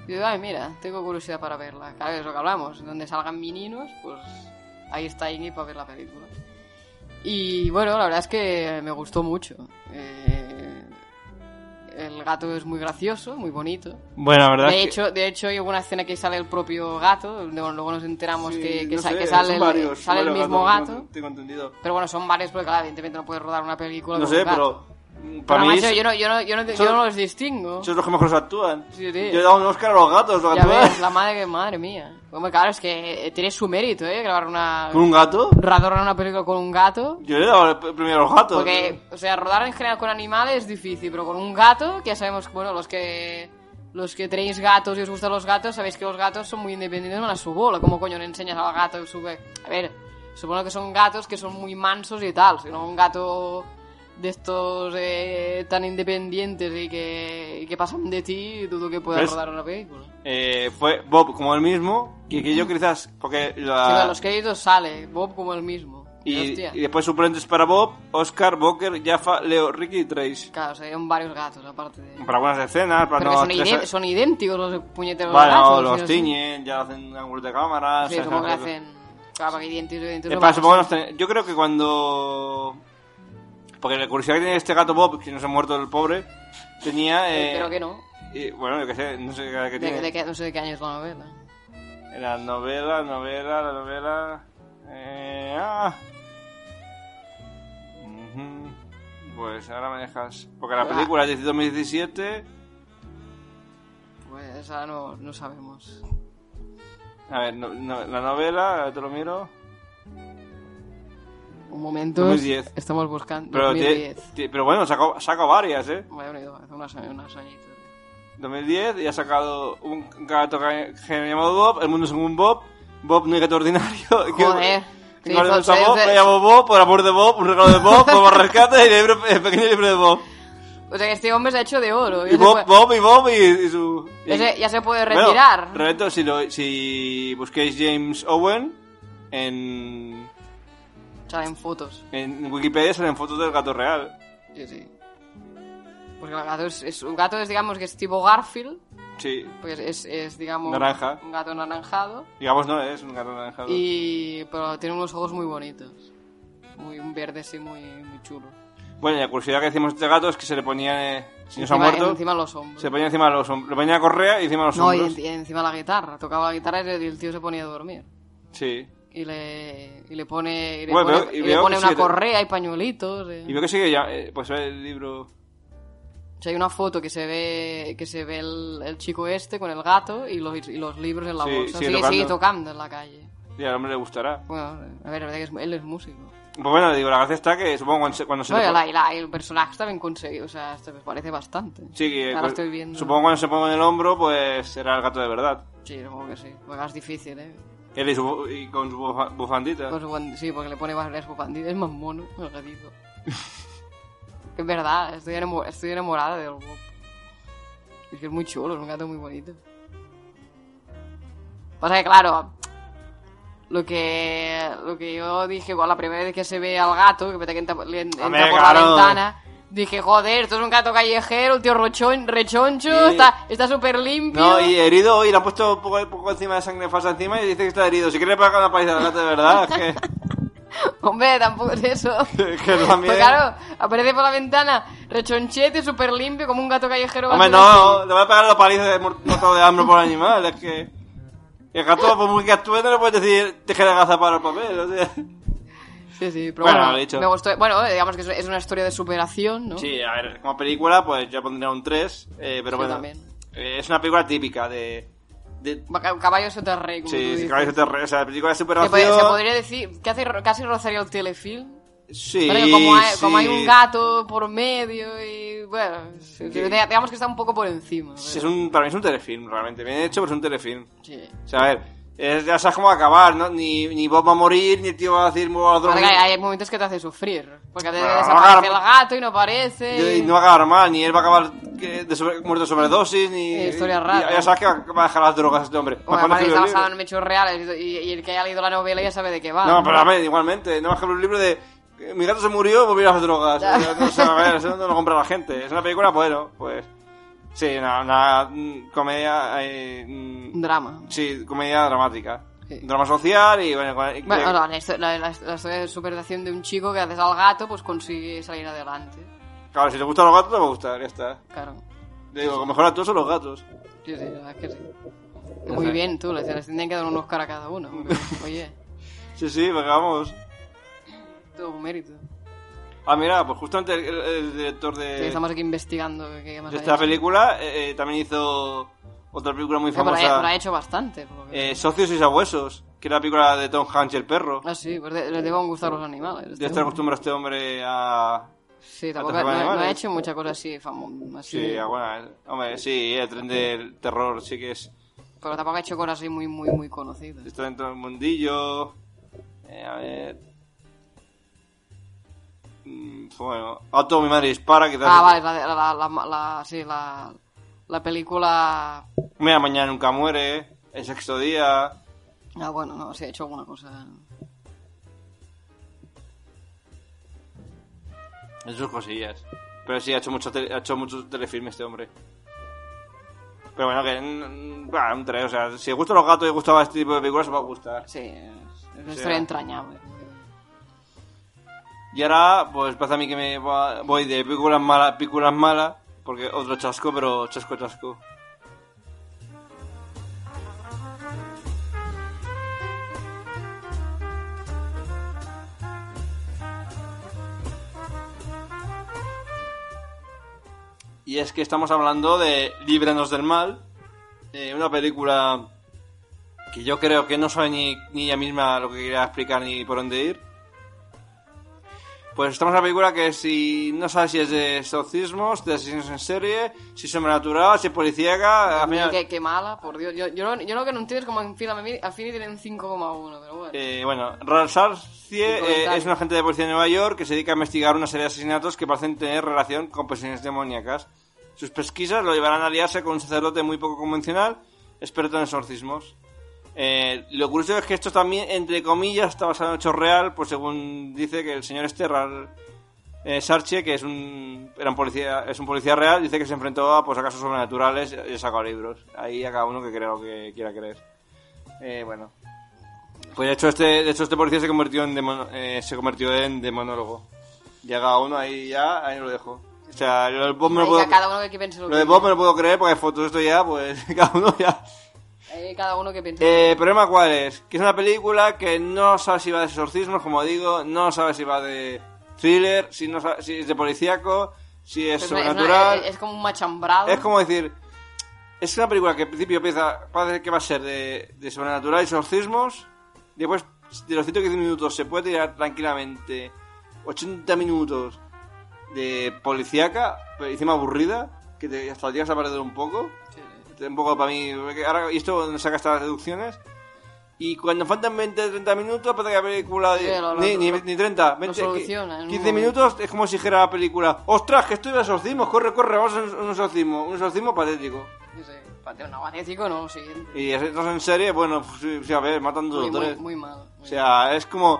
Y digo, ay, mira, tengo curiosidad para verla. Claro, es lo que hablamos, donde salgan meninos, pues ahí está Ingi para ver la película. Y bueno, la verdad es que me gustó mucho. Eh, el gato es muy gracioso, muy bonito.
Bueno, la verdad.
De hecho, de hecho, hay alguna escena que sale el propio gato, luego luego nos enteramos que, que sa- que sale, el, sale el mismo gato.
Tengo entendido.
Pero bueno, son varios porque, claro, evidentemente no puedes rodar una película
No
con
sé,
un gato.
pero. mm,
Pero
Para mí.
además, yo,
es-
yo no, yo, no, yo, no, yo
son-
no los distingo.
Son los que mejor actúan.
Sí, sí.
Yo he dado un Oscar a los gatos, los
Ya
actúan.
ves, la madre que madre mía. Hombre, claro, es que eh, tiene su mérito, ¿eh? Grabar una...
¿Con un gato?
Rodar una película con un gato.
Yo le he dado el p- primero a los gatos.
Porque, o sea, rodar en general con animales es difícil, pero con un gato, que ya sabemos, que, bueno, los que... Los que tenéis gatos y os gustan los gatos, sabéis que los gatos son muy independientes, van a su bola. ¿Cómo coño le enseñas al gato su... A ver, supongo que son gatos que son muy mansos y tal, sino un gato de estos eh, tan independientes y que, y que pasan de ti, dudo que puedas
¿Ves?
rodar una película.
Eh, fue Bob como el mismo, que, que yo quizás, porque
Sí,
la...
pero en los créditos sale Bob como el mismo. Y,
Ah. y,
hostia.
y después suplentes para Bob, Oscar, Boker, Jaffa, Leo, Ricky y Trace.
Claro, salieron varios gatos, aparte de.
Para buenas escenas, para
Pero
no...
que son,
tres-
iden- son idénticos los puñeteros
Bueno,
gatos.
los
sí,
tiñen, ya hacen ángulos de cámara...
Sí,
se
supongo que
hacen-
hacen. Claro, para que idénticos, idénticos.
Eh,
no
para,
van a
supongo que
ser.
los ten- Yo creo que cuando... Porque la curiosidad que tiene este gato Bob, que no se ha muerto el pobre, tenía... Eh,
Pero que no.
y, bueno, yo qué sé, no sé qué edad que
De-
tiene.
de que- no sé de qué año es la novela.
La novela, novela, la novela. Eh, ah. Ujú. Pues ahora me dejas. Porque la
Ah.
película es de 2017.
Pues ahora no, no sabemos.
A ver, no- no- la novela, ahora te lo miro.
Un momento.
2010.
Estamos buscando.
Pero, tiene-
2010.
ti- pero bueno, sacó, sacó varias, ¿eh?
Bueno, bueno, hace unos, años- unos añitos.
2010 y ha sacado un gato que que me llamado Bob, El mundo según Bob, Bob no hay gato ordinario. que-
Joder.
que
Sí,
no le gusta
entonces-
Bob, le llamo Bob, por amor de Bob, un regalo de Bob, como rescate y libro- el pequeño libro de Bob.
O sea que este hombre se ha hecho de oro.
Y
ya se
Bob,
puede-
Bob y Bob y, y su... y-
ese- ya se puede
Bueno,
retirar.
Roberto, si, lo- si busquéis James Owen en,
Salen fotos.
en Wikipedia salen fotos del gato real.
Sí, sí. Porque el gato es, es- un gato es, digamos, que es tipo Garfield,
Sí,
porque es, es, es, digamos...
Naranja.
Un gato naranjado.
digamos no, es un gato naranjado.
Y, pero tiene unos ojos muy bonitos. Muy, un verde así muy, muy chulo.
Bueno, y la curiosidad que decimos de este gato es que se le ponía, eh, si no se ha
Encima-
muerto,
Encima los hombros.
se le ponía encima de los hombros. Le ponía la correa y encima de los
no, y,
hombros.
en- y encima la guitarra. Tocaba la guitarra y el- y el tío se ponía a dormir.
Sí.
Y le, y le pone, y le
Bueno,
pone,
veo- y
y le
veo
pone
que
una
sí, te-
correa y pañuelitos. eh.
Y veo que sigue ya, eh, pues el libro...
O sea, hay una foto que se ve que se ve el, el chico este con el gato y los, y los libros en la
Sí,
bolsa.
sigue
sigue, sigue
tocando.
tocando en la calle.
Y al hombre le gustará.
Bueno, a ver, la verdad que es- él es músico.
Pues bueno, digo, la gracia está que supongo cuando se, cuando se
No,
le
y
pone-
la- y la- y el personaje está bien conseguido, o sea, esto me parece bastante.
Sí, que,
Ahora
pues,
estoy viendo.
supongo cuando se ponga en el hombro, pues será el gato de verdad.
Sí, supongo que sí. Porque es difícil, ¿eh?
Él y, su- y con su bufa- bufandita.
Pues, bueno, sí, porque le pone varias bufanditas, es más mono, el gatito. que es verdad, estoy, enamo- estoy enamorada del Bob. Es que es muy chulo, es un gato muy bonito. Pasa que, claro, lo que, lo que yo dije, bueno, la primera vez que se ve al gato, que me te- que entra, le en- entra
Hombre,
por
claro.
la ventana, Dije, joder, esto es un gato callejero, el tío rochon, rechoncho,
Y-
está está súper limpio.
No, y herido, y le ha puesto un poco, poco encima de sangre falsa encima y dice que está herido. Si quiere pagar una paliza al gato de verdad, es
Hombre, tampoco es eso.
que, que también...
Pues claro, aparece por la ventana, rechonchete, súper limpio, como un gato callejero.
Hombre,
bastante-
no, le va a pagar la paliza de mor- matado de hambre por animal, es que... y El gato, por muy que actúe, no le puedes decir tijera gaza para el papel, o sea...
Sí, sí, pero
Bueno,
bueno,
lo he dicho.
me gustó. Bueno, eh, digamos que es- es una historia de superación, ¿no?
Sí, a ver, como película, pues yo pondría un 3, eh, pero
Yo
bueno...
también.
eh, es una película típica de... de
Ca- Caballo Soterrey, como tú
sí,
dices.
caballos de terror, o sea, la película de
Se,
superación...
puede- se podría decir que hace, ro- casi rozaría el telefilm.
Sí,
Pero que como, hay, como hay
sí.
un gato por medio y bueno,
Sí.
sí, digamos que está un poco por encima.
Sí,
pero-
Es un, para mí es un telefilm, realmente. Bien hecho, pero es un telefilm.
sí.
O sea, a ver, es- ya sabes cómo va a acabar, ¿no? Ni, ni Bob va a morir, ni el tío va a decir, me voy a
Porque
dormir.
hay, hay momentos que te hace sufrir. Porque te
Bueno,
desaparece el
agarra-
gato y no aparece.
Y
y-
no va a acabar mal, ni él va a acabar que- de sobre- muerto de sobredosis, ni...
Eh, historia
y-
rara.
Ya sabes que va, que va a dejar las drogas este hombre.
Bueno,
Más cuando
aparte
escribe el
está
libro.
basado en hechos reales y, y- y el que haya leído la novela ya sabe de qué va.
No, pero a ver, igualmente, no va a escribir un libro de... eh, Mi gato se murió, volví a las drogas.
Ya.
O sea, no sé, a ver, eso no lo compra la gente. Es una película, bueno, pues... Sí, una, una, mm, comedia... eh, mm,
Un drama.
Sí, comedia dramática.
Sí.
Drama social y bueno... con- y-
Bueno, no, la, histo- la- la- la historia de superación de un chico que haces al gato, pues consigue salir adelante.
Claro, si te gustan los gatos, te va a gustar, ya está.
Claro.
Te digo, lo mejor a todos son los gatos.
Sí, sí, la verdad es que sí. Muy bien, tú, les, les tendrían que dar un Oscar a cada uno. porque, Oye,
Sí, sí, porque vamos.
todo un mérito.
Ah, mira, pues justamente el, el director de,
Sí, estamos aquí investigando qué más
de
ha
esta
hecho.
película eh, eh, también hizo otra película muy
Eh, pero ha- pero
famosa.
ha hecho bastante. por lo que-
eh, Socios y Sabuesos, que era la película de Tom Hanks, el perro.
Ah, sí, pues de- les deben gustar los animales. este
Ya está
hombre.
acostumbrado este hombre a...
Sí, tampoco
a
no,
tocar
no ha
animales.
hecho mucha cosa así, famo- así
Sí, ah, bueno, eh, hombre, sí, el tren del terror sí que es...
pero tampoco ha hecho cosas así muy, muy, muy conocidas.
Está dentro del mundillo. Eh, a ver. Mm, Bueno, auto mi madre dispara, quizás.
Ah, vale, la, la, la, la- la- sí, la, la película...
Mira, mañana nunca muere. El sexto día.
Ah, bueno, no, sí, ha hecho alguna cosa.
En sus cosillas. Pero sí, ha hecho, mucho tele- ha hecho muchos telefilmes este hombre. Pero bueno, que. mm, Bah, un tres, o sea, si os gustan los gatos y os gustaba este tipo de películas, os va a gustar.
Sí, es una
Sí.
historia entrañable.
Y ahora, pues pasa a mí que me va- voy de películas malas, películas malas. Porque otro chasco, pero chasco, chasco. Y es que estamos hablando de Líbranos del Mal, eh, una película que yo creo que no sabe ni, ni ella misma lo que quería explicar ni por dónde ir. Pues estamos en una película que si no sabes si es de exorcismos, de asesinos en serie, si es sobrenatural, si es policíaca, al final-
Qué, qué mala, por Dios. Yo, yo, lo, yo lo que no entiendo es como en Film Affinity tiene un 5,1, pero bueno.
Eh, bueno, Ralsarcie
Sin comentario.
es un agente de policía de Nueva York que se dedica a investigar una serie de asesinatos que parecen tener relación con posesiones demoníacas. Sus pesquisas lo llevarán a aliarse con un sacerdote muy poco convencional, experto en exorcismos. Eh, lo curioso es que esto también, entre comillas, está basado en hecho real, pues según dice que el señor este, Ral, eh, Sarche, que es un, era un policía, es un policía real, dice que se enfrentó a, pues, a casos sobrenaturales y ha sacado libros. Ahí a cada uno que crea lo que quiera creer. Eh, bueno. Pues de hecho este, de hecho este policía se convirtió en demono- eh, se convirtió en demonólogo. Llega uno ahí ya, ahí lo dejo. O sea, lo del Bob me lo
Ahí
puedo,
ya cada uno que piense lo,
lo
que
del Bob me lo puedo creer porque hay fotos de esto ya, pues cada uno ya.
Ahí cada uno que piense.
Eh, problema cuál es? Que es una película que no sabes si va de exorcismos, como digo, no sabes si va de thriller, si no sabes- si es de policíaco, si es
Pues no, no,
sobrenatural.
es, es como un machambrado.
Es como decir, es una película que al principio empieza, parece que va a ser de, de sobrenatural y exorcismos. Después de los 115 minutos se puede tirar tranquilamente 80 minutos de policíaca, pero encima aburrida, que te, hasta llegas a perder un poco.
Sí, sí.
Te- Un poco para mí, porque ahora, y esto nos saca estas deducciones. Y cuando faltan 20 30 minutos, parece que la película.
Sí,
de-
lo- lo-
ni, ni,
lo-
ni 30, 20,
soluciona en un
15
momento.
minutos es como si dijera la película: ¡Ostras, que estoy de exorcismos! ¡Corre, corre! Vamos a un un exorcismo. Un exorcismo patético.
No sé, para un aguacético no, lo siguiente.
Y estos en serie, bueno, pues, sí, sí, a ver, matan dos
Muy,
o
muy,
tres.
muy mal.
O
muy
sea, es como.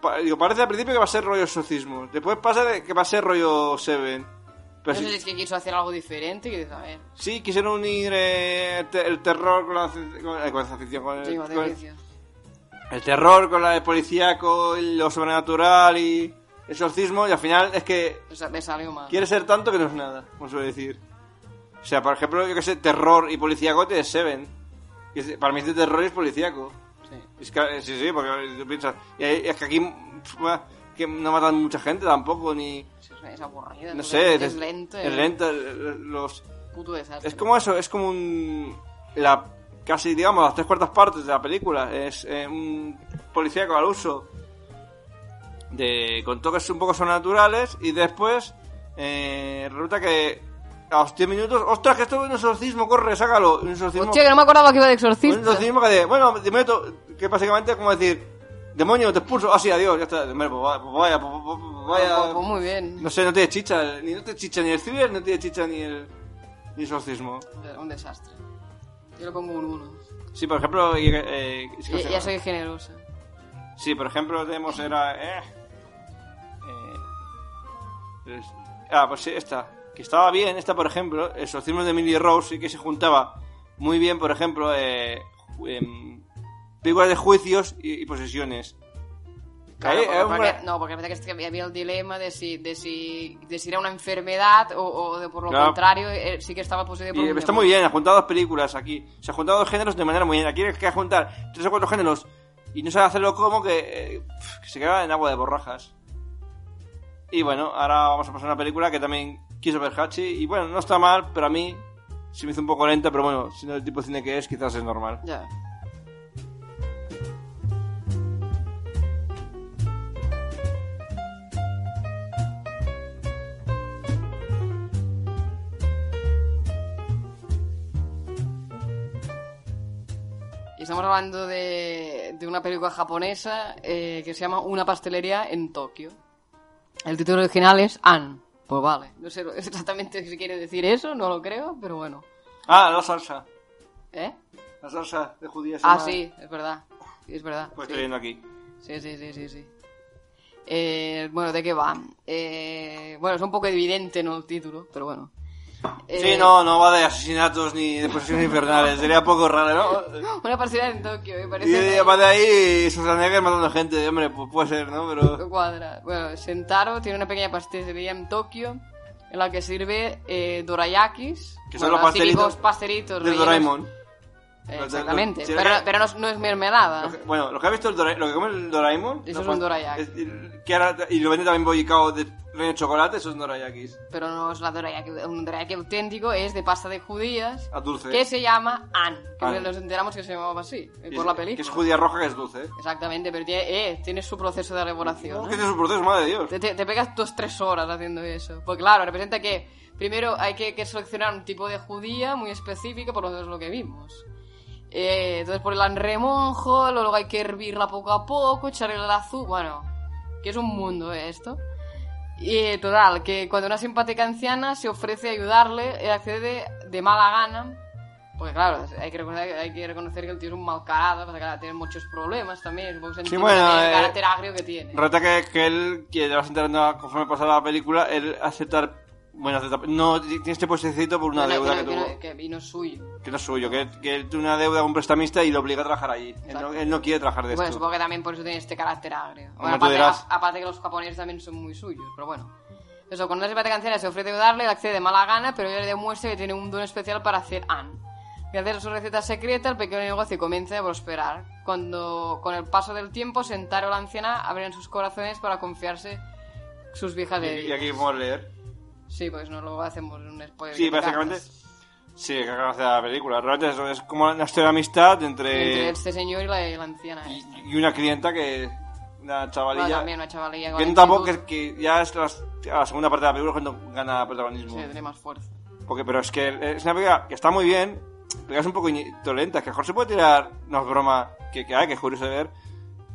pa- digo, parece al principio que va a ser rollo exorcismo. Después pasa de que va a ser rollo Seven.
No
Pero
sé si
sí,
es que quiso hacer algo diferente y dices, a ver,
sí, quisieron unir eh, te- el terror con la, ci- con, eh, pues con la ficción, con el-
digo, de
con-
vicio.
el terror con la de policíaco y lo sobrenatural y exorcismo. Y al final es que
O sea, me salió mal.
quiere ser tanto que no es nada, como suele decir. O sea, por ejemplo, yo que sé, terror y policíaco es Seven. Que es- Para mí este terror es policíaco.
Sí.
Es que, eh, sí, sí, porque tú piensas. y ahí- es que aquí pf, va, que no matan mucha gente tampoco, ni.
Sí, Es, es aburrido.
No sé,
pues Es, es lento.
Es lento. eh, Los,
Puto desastre.
es como eso, es como un. La, casi, digamos, las tres cuartas partes de la película. Es eh, un policíaco al uso. De, con toques un poco sobrenaturales. Y después. eh, resulta que. A los 10 minutos. ¡Ostras, que esto es un exorcismo! ¡Corre, sácalo! Un exorcismo.
Hostia, que no me acordaba que iba de
Un
exorcista.
exorcismo que de, bueno, te meto, que básicamente es como decir, demonio, te expulso, ah, sí, adiós, ya está, Hombre, pues va- pues vaya, pues- pues- pues vaya.
Pues- pues muy bien.
No sé, no tiene chicha, ni no te chicha ni el thriller, no tiene chicha ni el, ni el exorcismo.
Un desastre. Yo le pongo un 1.
Sí, por ejemplo, y- eh, es que no sé,
Ya soy generosa.
sí, por ejemplo, tenemos era, eh, eh, es- ah, pues sí, esta, que estaba bien, esta, por ejemplo, el exorcismo de Emily Rose, sí que se juntaba muy bien, por ejemplo, eh, ju- em, películas de juicios y- y posesiones.
Claro,
Ahí, eh,
porque-
es
porque-
una-
No, porque parece que es que había el dilema de si, de si, de si era una enfermedad o, o de por lo
Claro.
contrario eh, sí que estaba poseído por
Y
un
está
demonio.
muy bien, ha juntado dos películas aquí. Se ha juntado dos géneros de manera muy bien. Aquí es que ha juntado tres o cuatro géneros y no sabe hacerlo como que, eh, pf, que se queda en agua de borrajas. Y bueno, ahora vamos a pasar a una película que también quiso ver Hachi. Y bueno, no está mal, pero a mí se me hizo un poco lenta. Pero bueno, siendo el tipo de cine que es, quizás es normal.
Ya. Y estamos hablando de, de una película japonesa eh, que se llama Una pastelería en Tokio. El título original es An. Pues vale. No sé exactamente si quiere decir eso, no lo creo, pero bueno.
Ah, la salsa.
¿Eh?
La salsa de judías.
Ah,
semana.
sí, es verdad. Sí, Es verdad.
Pues
sí.
estoy viendo aquí.
Sí, sí, sí, sí, sí. Eh, bueno, ¿de qué va? Eh, bueno, es un poco evidente ¿no? el título, pero bueno.
Sí,
Eh,
no, no va de asesinatos ni de posesiones infernales. Sería poco raro, ¿no?
Una partida en Tokio, me
Y
parece.
eh, va de ahí y Schwarzenegger matando gente. Hombre, pues puede ser, ¿no? Pero...
Cuadra. Bueno, Sentaro tiene una pequeña pastelería en Tokio en la que sirve eh, dorayakis.
Que son los
bueno, los
pastelitos
típicos pastelitos
Del
rellenos-
Doraemon.
Eh,
Los de-
exactamente,
los- sí,
pero,
los que-
pero no, es- no es mermelada.
Lo que- Bueno, lo que ha visto el Dora- lo que come el Doraemon.
Ah. Eso
no,
es
pues,
un dorayaki.
es- y- que ahora- y lo vende también bollicao de relleno de chocolate, esos dorayakis.
Pero no es la dorayaki, un dorayaki auténtico, es de pasta de judías.
A Ah, dulce.
que se llama Ann, que
Ann.
nos enteramos que se llamaba así, eh,
Y
por
es-
la
Que es
película.
judía roja que es dulce.
Exactamente, pero tiene, eh, tiene su proceso de
Es
elaboración. ¿eh?
que tiene su proceso, madre de Dios.
Te, te- te pegas dos, tres horas haciendo eso. Pues claro, representa que primero hay que, que seleccionar un tipo de judía muy específico, por lo menos lo que vimos. Eh, entonces por el remojo, luego hay que hervirla poco a poco, echarle el azúcar, bueno, que es un mundo eh, esto. Y eh, total, que cuando una simpática anciana se ofrece a ayudarle, él accede de mala gana. Porque claro, hay que reconocer, hay que, reconocer que el tío es un mal carácter, pasa que, claro, tiene muchos problemas también, supongo que sentimos
bueno,
también el
eh,
carácter agrio que tiene.
Rata que, que él, que te vas enterando conforme pasa la película, él aceptar. Bueno, aceptar. No, tiene este puestecito por una
Que no-
deuda
que
que,
no-
tuvo.
que no- que- y no es suyo.
Que no es suyo, que, que él tiene una deuda con un prestamista y lo obliga a trabajar allí. Él no,
Exacto.
él no quiere trabajar de
Bueno,
esto.
supongo que también por eso tiene este carácter agrio.
Hombre,
Bueno,
tú
aparte,
dirás.
a- aparte que los japoneses también son muy suyos, pero bueno. Eso, cuando una simpática anciana se ofrece a ayudarle, él accede de mala gana, pero ella le demuestra que tiene un don especial para hacer an. Gracias a su receta secreta, el pequeño negocio comienza a prosperar. Cuando, con el paso del tiempo, Sentaro y la anciana abren sus corazones para confiarse sus viejas
Y, y
heridas.
aquí podemos leer.
Sí, pues no lo hacemos en un spoiler.
Sí,
que te
básicamente.
cagas.
Sí, que acabas de la película. Realmente eso es como una historia de amistad
Entre este señor y la, y la anciana.
y,
esta.
y una clienta que una chavalilla
Bueno, también una chavalilla con
que no tampoco que, que ya es las- la segunda parte de la película cuando gana
Sí,
protagonismo
tiene más fuerza.
porque pero es que es una película que está muy bien pero que es un poco lenta que a lo mejor se puede tirar no es broma que que hay que es curioso de ver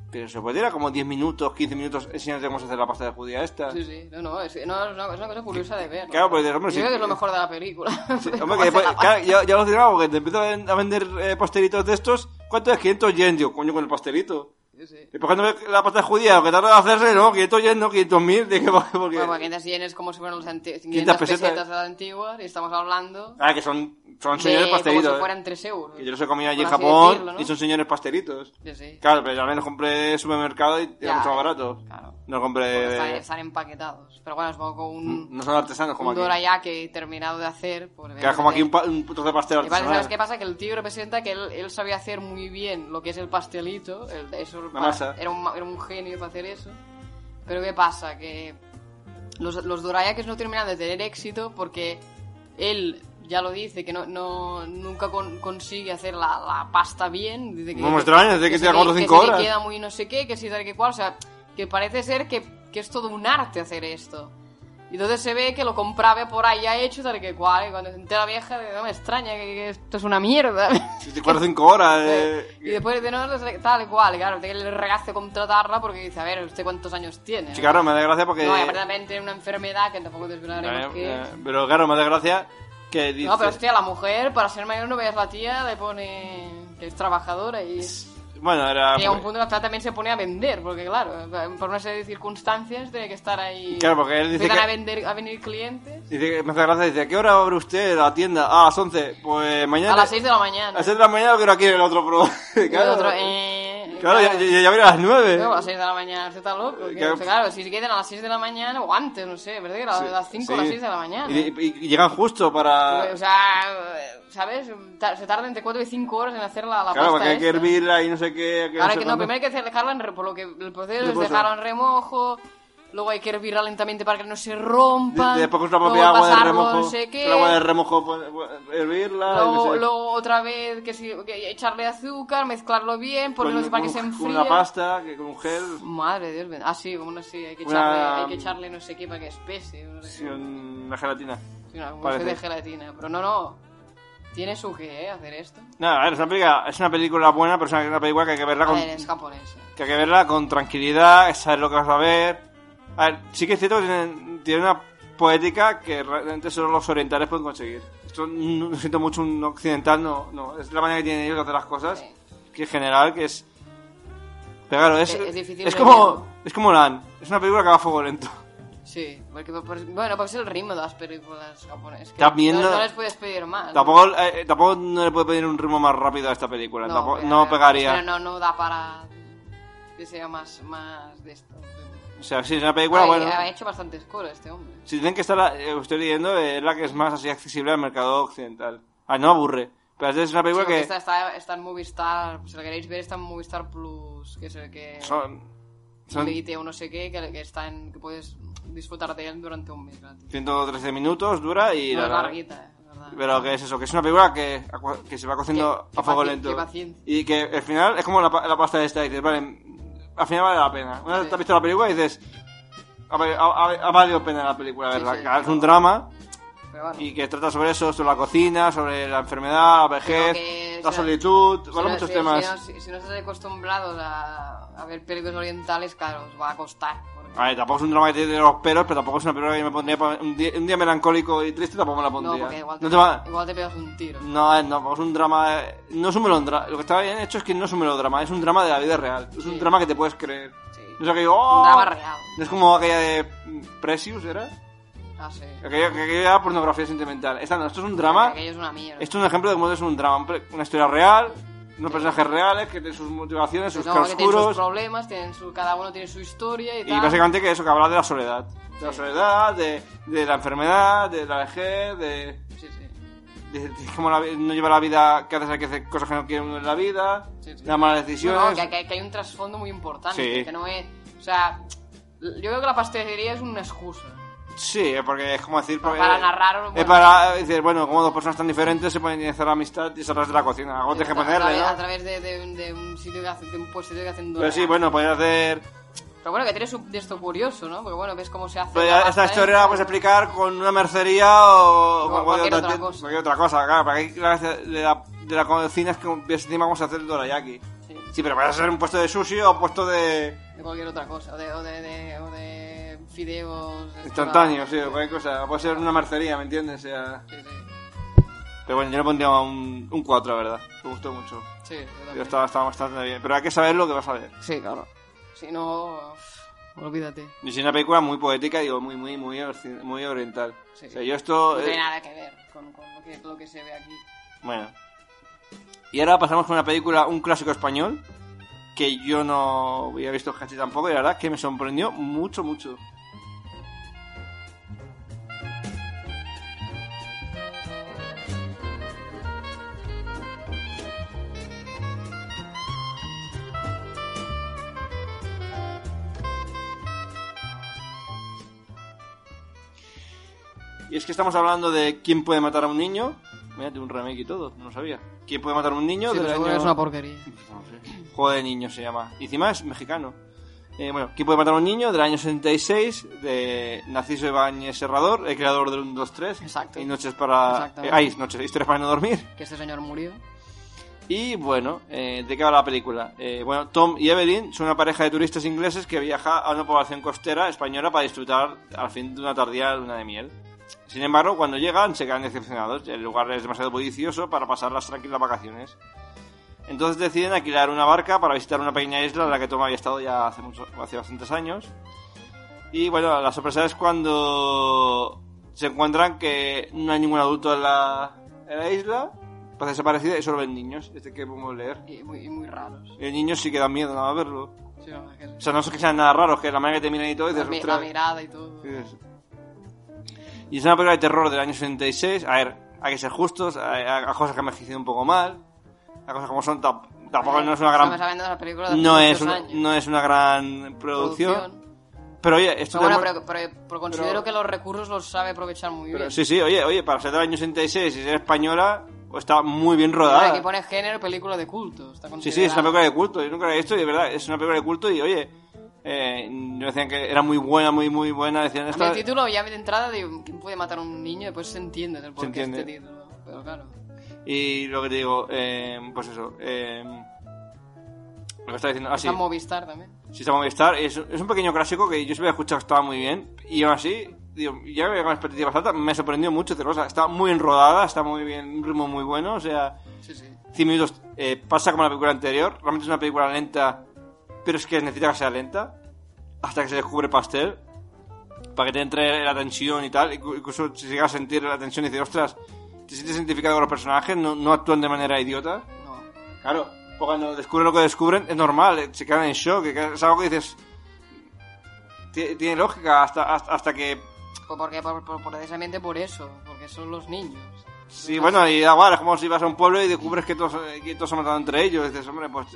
pero se puede tirar como 10 minutos 15 minutos enseñándote cómo se hace la pasta de judía esta
Sí, sí, no, no, es, no, es, una, es una cosa curiosa de ver. ¿no?
Claro, pues, hombre,
Yo
sí.
creo que es lo mejor de la película.
Sí,
Cómo
hombre,
hace
que después-
la pasta.
claro, yo, yo alucinaba porque te empiezo a ven- a vender eh, pastelitos de estos. ¿Cuánto es? 500 yen, digo, coño, con el pastelito.
Sí, sí.
Y cogiendo la pasta judía, lo que tarda en hacerse, ¿no? 500 yen, no 500 mil, de que porque...
Bueno, 500 yenes como si fueran los anti- 500
pesetas.
pesetas, de la antigua y estamos hablando
Ah, que son, son
de
señores
como si
pastelitos. eh.
fueran 3 euros.
Que yo los he comido allí en
por así
Japón
decirlo, ¿no?
y son señores pastelitos.
Sí, sí.
Claro, pero al menos compré en el supermercado y era
Ya, Pues
mucho más barato.
claro.
No
Porque
compré...
están, están empaquetados. Pero bueno, supongo que un,
Eh, No son artesanos como
un
aquí.
dorayaki terminado de hacer... Pues,
Que es como aquí un,
evidentemente-
pa- un trozo de pastel
Y vale,
artesanal.
¿Sabes qué pasa? Que el tío representa que él, él sabía hacer muy bien lo que es el pastelito. el- eso para-
masa.
Era, un, ma- era un genio para hacer eso. Pero ¿qué pasa? Que los, los Dorayakis no terminan de tener éxito porque él ya lo dice, que no, no- nunca con- consigue hacer la, la pasta bien. Dice que,
No me extraña, dice que
se
tira
le-
cuatro o
que
cinco
se le
horas.
queda muy no sé qué, que si tal que cual. O sea, que parece ser que, que es todo un arte hacer esto. Y entonces se ve que lo compraba por ahí ya hecho, tal que cual. Y cuando se entera la vieja, dice, no me extraña, que, que esto es una mierda.
Sí, Cuatro o cinco horas. eh.
y después dice, no, no sé, tal y cual. Y claro, tiene el regazo contratarla porque dice, a ver, ¿usted cuántos años tiene?
Sí, claro, me da gracia porque...
No, y aparte también tiene una enfermedad que tampoco desvelaremos
Eh,
que
eh, pero claro, me da gracia que dice...
No, pero hostia, la mujer, para ser mayor no veas la tía, le pone que es trabajadora y...
Bueno, era... pues,
Y a un punto la tía también se pone a vender, porque claro, por una serie de circunstancias tiene que estar ahí...
Claro, porque él dice
Empiezan
que-
a, vender, a venir clientes.
Dice, que- me hace gracia, dice, ¿a qué hora abre usted la tienda? Ah, a las 11. Pues mañana...
A las 6 de la
A
mañana.
las seis de la mañana lo quiero aquí en el otro pro.
Y el
claro,
otro, eh,
claro, ya, ya, ya abrió a las 9.
Claro, a las 6 de la mañana, usted está loco. que,
Claro.
o sea, claro, si se quedan a las 6 de la mañana o antes, no sé, ¿verdad? Que a las 5 o las 6 de la mañana. Pues,
Y, y- y llegan justo para...
o sea, ¿sabes? Ta- Se tarda entre 4 y 5 horas en hacer la,
claro,
la pasta
porque hay que
esta.
hervirla y no sé qué. que no
Ahora
sé
que no,
cuándo.
primero hay que dejarla en remojo, por lo que el proceso es
Reposo.
dejarla en remojo, luego hay que hervirla lentamente para que no se rompa,
De- Después con la
luego
propia agua de
pasarlo,
remojo.
no sé qué,
El agua de remojo, pues, hervirla.
luego,
y no sé.
luego otra vez que, si- que echarle azúcar, mezclarlo bien, ponerlo
Con-
pues, para que
con-
se enfríe.
Con una pasta, que con un gel.
Madre de Dios, bend- ah sí, como no sé, hay que,
Una-
echarle, hay que echarle no sé qué para que espese, no sé
Sí,
qué.
una gelatina.
Sí, no, como
parece.
de gelatina, pero no, no, tiene su qué, ¿eh? hacer esto.
Nada, a ver, es una película, es una película buena, pero es una, una película que hay que verla
A
con,
ver, es japonés. ¿eh?
que hay que verla con tranquilidad, saber lo que vas a ver. A ver, sí que es cierto que tiene, tiene una poética que realmente solo los orientales pueden conseguir. Esto no, lo siento mucho un occidental, no, no, es la manera que tienen ellos de hacer las cosas,
Sí.
que en general que es pero claro, es,
Es- es difícil
es
de
como
verlo.
es como Lan, es una película que va a fuego lento.
Sí, porque por- bueno, pues es el ritmo de las películas japonesas. que
También
no,
no-
no les puedes pedir más.
Tampoco, eh, tampoco no le puede pedir un ritmo más rápido a esta película,
no,
tampoco-
pero-
no pegaría.
Pero no, no da para que sea más, más de esto.
O sea, sí, es una película,
Ay,
bueno.
Ha hecho bastantes cosas este hombre.
Si tienen que estar, eh, estoy leyendo, eh, es la que es más así accesible al mercado occidental. Ah, no aburre. Pero es una película
Sí, porque
que.
Esta está, está en Movistar, si la queréis ver, está en Movistar Plus, que es el que...
Son. Son
Leite o no sé qué, que, que está en, que puedes disfrutar de él durante un mes gratis.
113 minutos, dura y.
No
la-
es larguita, eh, la verdad.
Pero que es eso, que es una película que, a cua- que se va cociendo
Qué- qué
a fuego
paci-
lento.
qué paciencia.
Y que al final es como la, pa- la pasta de esta, y dices, vale, al final vale la pena. Una vez
Sí.
te has visto la película y dices, ha, vali- ha- ha valido pena la película,
Sí,
¿verdad?
sí,
Que es un
claro.
drama
Pero bueno.
y que trata sobre eso, sobre la cocina, sobre la enfermedad, la vejez,
que
la
sea-
solitud, vale
no-
muchos
si-
temas.
Si no, si- si no estás acostumbrados a, a ver películas orientales, claro, os va a costar. porque-
A ver, tampoco es un drama que tiene los pelos, pero tampoco es una película que me pondría pa- un día, un día melancólico y triste, tampoco me la
no,
pondría.
porque igual te,
no, te va- Mm.
igual te pegas un tiro.
no, a ver, no, tampoco es un drama. eh, No es un melodrama. Lo que está bien hecho es que no es un melodrama, es un drama de la vida real. Es un
Sí.
drama que te puedes creer.
Sí.
No es aquello, "Oh".
Un drama real.
No es como aquella de mm, Precious, ¿era?
Ah, sí.
Aquella, aquella era pornografía sentimental. Esta no, esto es un drama.
Aquello es una mierda.
Esto es un ejemplo de cómo es un drama. un pre- Una historia real, unos personajes reales que tienen sus motivaciones, sus
Pues no, porque tienen sus
claroscuros.
problemas, tienen su, cada uno tiene su historia y,
Y
tal.
básicamente que eso, que habla de la soledad. De la soledad, de, de la enfermedad, de la vejez, de,
Sí, sí.
de, de cómo la vi- no lleva la vida, que haces hay que hacer cosas que no quiere uno en la vida,
Sí, sí.
las malas
No,
decisiones.
no, que, que- que hay un trasfondo muy importante.
Sí.
Que no es. O sea, yo creo que la pastelería es una excusa.
Sí, porque es como decir...
Para-
porque-
para narrar,
Es
bueno.
para decir, bueno, como dos personas tan diferentes se pueden hacer amistad y sacarse de la cocina. Algo tienes que
A tra-
ponerle,
A
¿no?
través de, de un- de un sitio que hace, de un puesto que hacen
Pero sí,
dorada.
bueno, podrías hacer...
Pero bueno, que tiene su, de esto curioso, ¿no? Porque bueno, ves cómo se hace.
Pero
la
ya esta
pasta
historia
esta.
la puedes explicar con una mercería o,
O
con
cualquier otra cosa.
cualquier otra cosa, claro. Para que la gracia de la, de la cocina es que ves encima cómo se hace el dorayaki.
Sí,
Sí, pero vas a ser un puesto de sushi o un puesto de
de cualquier otra cosa. O de, o de, de- o de fideos. de
instantáneo,
esto,
sí, o cualquier cosa. Puede ser una mercería, ¿me entiendes? O sea,
Sí, sí.
Pero bueno, yo le pondría un, un 4, la verdad. Me gustó mucho.
Sí, yo también.
Yo estaba, estaba bastante bien. Pero hay que saber lo que vas a ver.
Sí, claro. Si no, uf, olvídate.
Y es una película muy poética, digo, muy, muy, muy, orci- muy oriental.
Sí.
O sea, yo esto...
No
eh,
tiene nada que ver con, con lo, que, lo que se ve aquí.
Bueno. Y ahora pasamos con una película, un clásico español, que yo no había visto casi tampoco, y la verdad que me sorprendió mucho, mucho. Y es que estamos hablando de quién puede matar a un niño. Mira, tiene un remake y todo, no lo sabía. ¿Quién puede matar a un niño?
Sí,
del
pero seguro
año-
que es una porquería.
no sé. Juego de niños se llama. Y encima es mexicano. Eh, bueno, ¿Quién puede matar a un niño? Del año 66, de Narciso Ibáñez Serrador, el creador del 1, 2, 3.
Exacto.
Y Noches para... eh,
Exactamente.
ay, noches, historias para no dormir.
Que este señor murió.
Y bueno, eh, ¿de qué va la película? Eh, bueno, Tom y Evelyn son una pareja de turistas ingleses que viaja a una población costera española para disfrutar al fin de una tardía luna de miel. Sin embargo, cuando llegan se quedan decepcionados. El lugar es demasiado bullicioso para pasar las tranquilas vacaciones. Entonces deciden alquilar una barca para visitar una pequeña isla en la que Tom había estado ya hace, mucho- hace bastantes años. Y bueno, la sorpresa es cuando se encuentran que no hay ningún adulto en la, en la isla, pasa desaparecida y solo ven niños. Este que podemos leer.
Y muy, y muy raros.
El niño sí que da miedo nada más verlo.
Sí, la verdad que sí.
O sea, no es que sean nada raros, que la manera que te miran y todo, y
la,
dices,
mi- la
"Ostras".
mirada y todo.
Dices- Y es una película de terror del año 66. A ver, hay que ser justos, hay, hay cosas que han envejecido un poco mal, las cosas como son, tam- tampoco no es una
Estamos
gran...
hablando de una película de hace
No es,
muchos
una,
años.
no es una gran producción, Pero oye, esto
Pero bueno,
demu-
pero, pero- pero considero
pero-
que los recursos los sabe aprovechar muy
Pero
bien.
sí, sí, oye, oye, para ser del año 66 y ser española, pues está muy bien
Hombre,
rodada.
Aquí pone género, película de culto. Está
ah. Sí, sí, es una
considerada.
película de culto. Yo nunca la he visto y de verdad, es una película de culto y oye, eh, decían que era muy buena, muy, muy buena. Decían
A mí
esta...
el título ya de entrada digo, ¿quién puede matar a un niño? Después se entiende el porqué
entiende.
este título. Pero claro.
Y lo que te digo, eh, pues eso. Eh, lo que estaba diciendo, ah, sí,
Está en Movistar también.
sí, está Movistar. Es, es un pequeño clásico que yo se había escuchado que estaba muy bien y aún así, digo, ya había con expectativas altas, me sorprendió mucho. Pero, o sea, está muy enrodada, está muy bien, un ritmo muy bueno, o sea.
Sí, sí.
100 minutos eh, pasa como la película anterior. Realmente es una película lenta, pero es que necesita que sea lenta. Hasta que se descubre el pastel. Para que te entre la tensión y tal. Inclu- Incluso si llegas a sentir la tensión y dices, ostras, te sientes identificado con los personajes, no, no actúan de manera idiota.
No.
Claro, o cuando descubren lo que descubren, es normal, eh, se quedan en shock. que- que Es algo que dices. "Ti- Tiene lógica hasta, hasta, hasta que.
Pues porque, por, por- precisamente por eso. Porque son los niños.
Sí, bueno, y da igual, es como si vas a un pueblo y descubres que todos, eh, que todos se han matado entre ellos. dices, hombre, pues.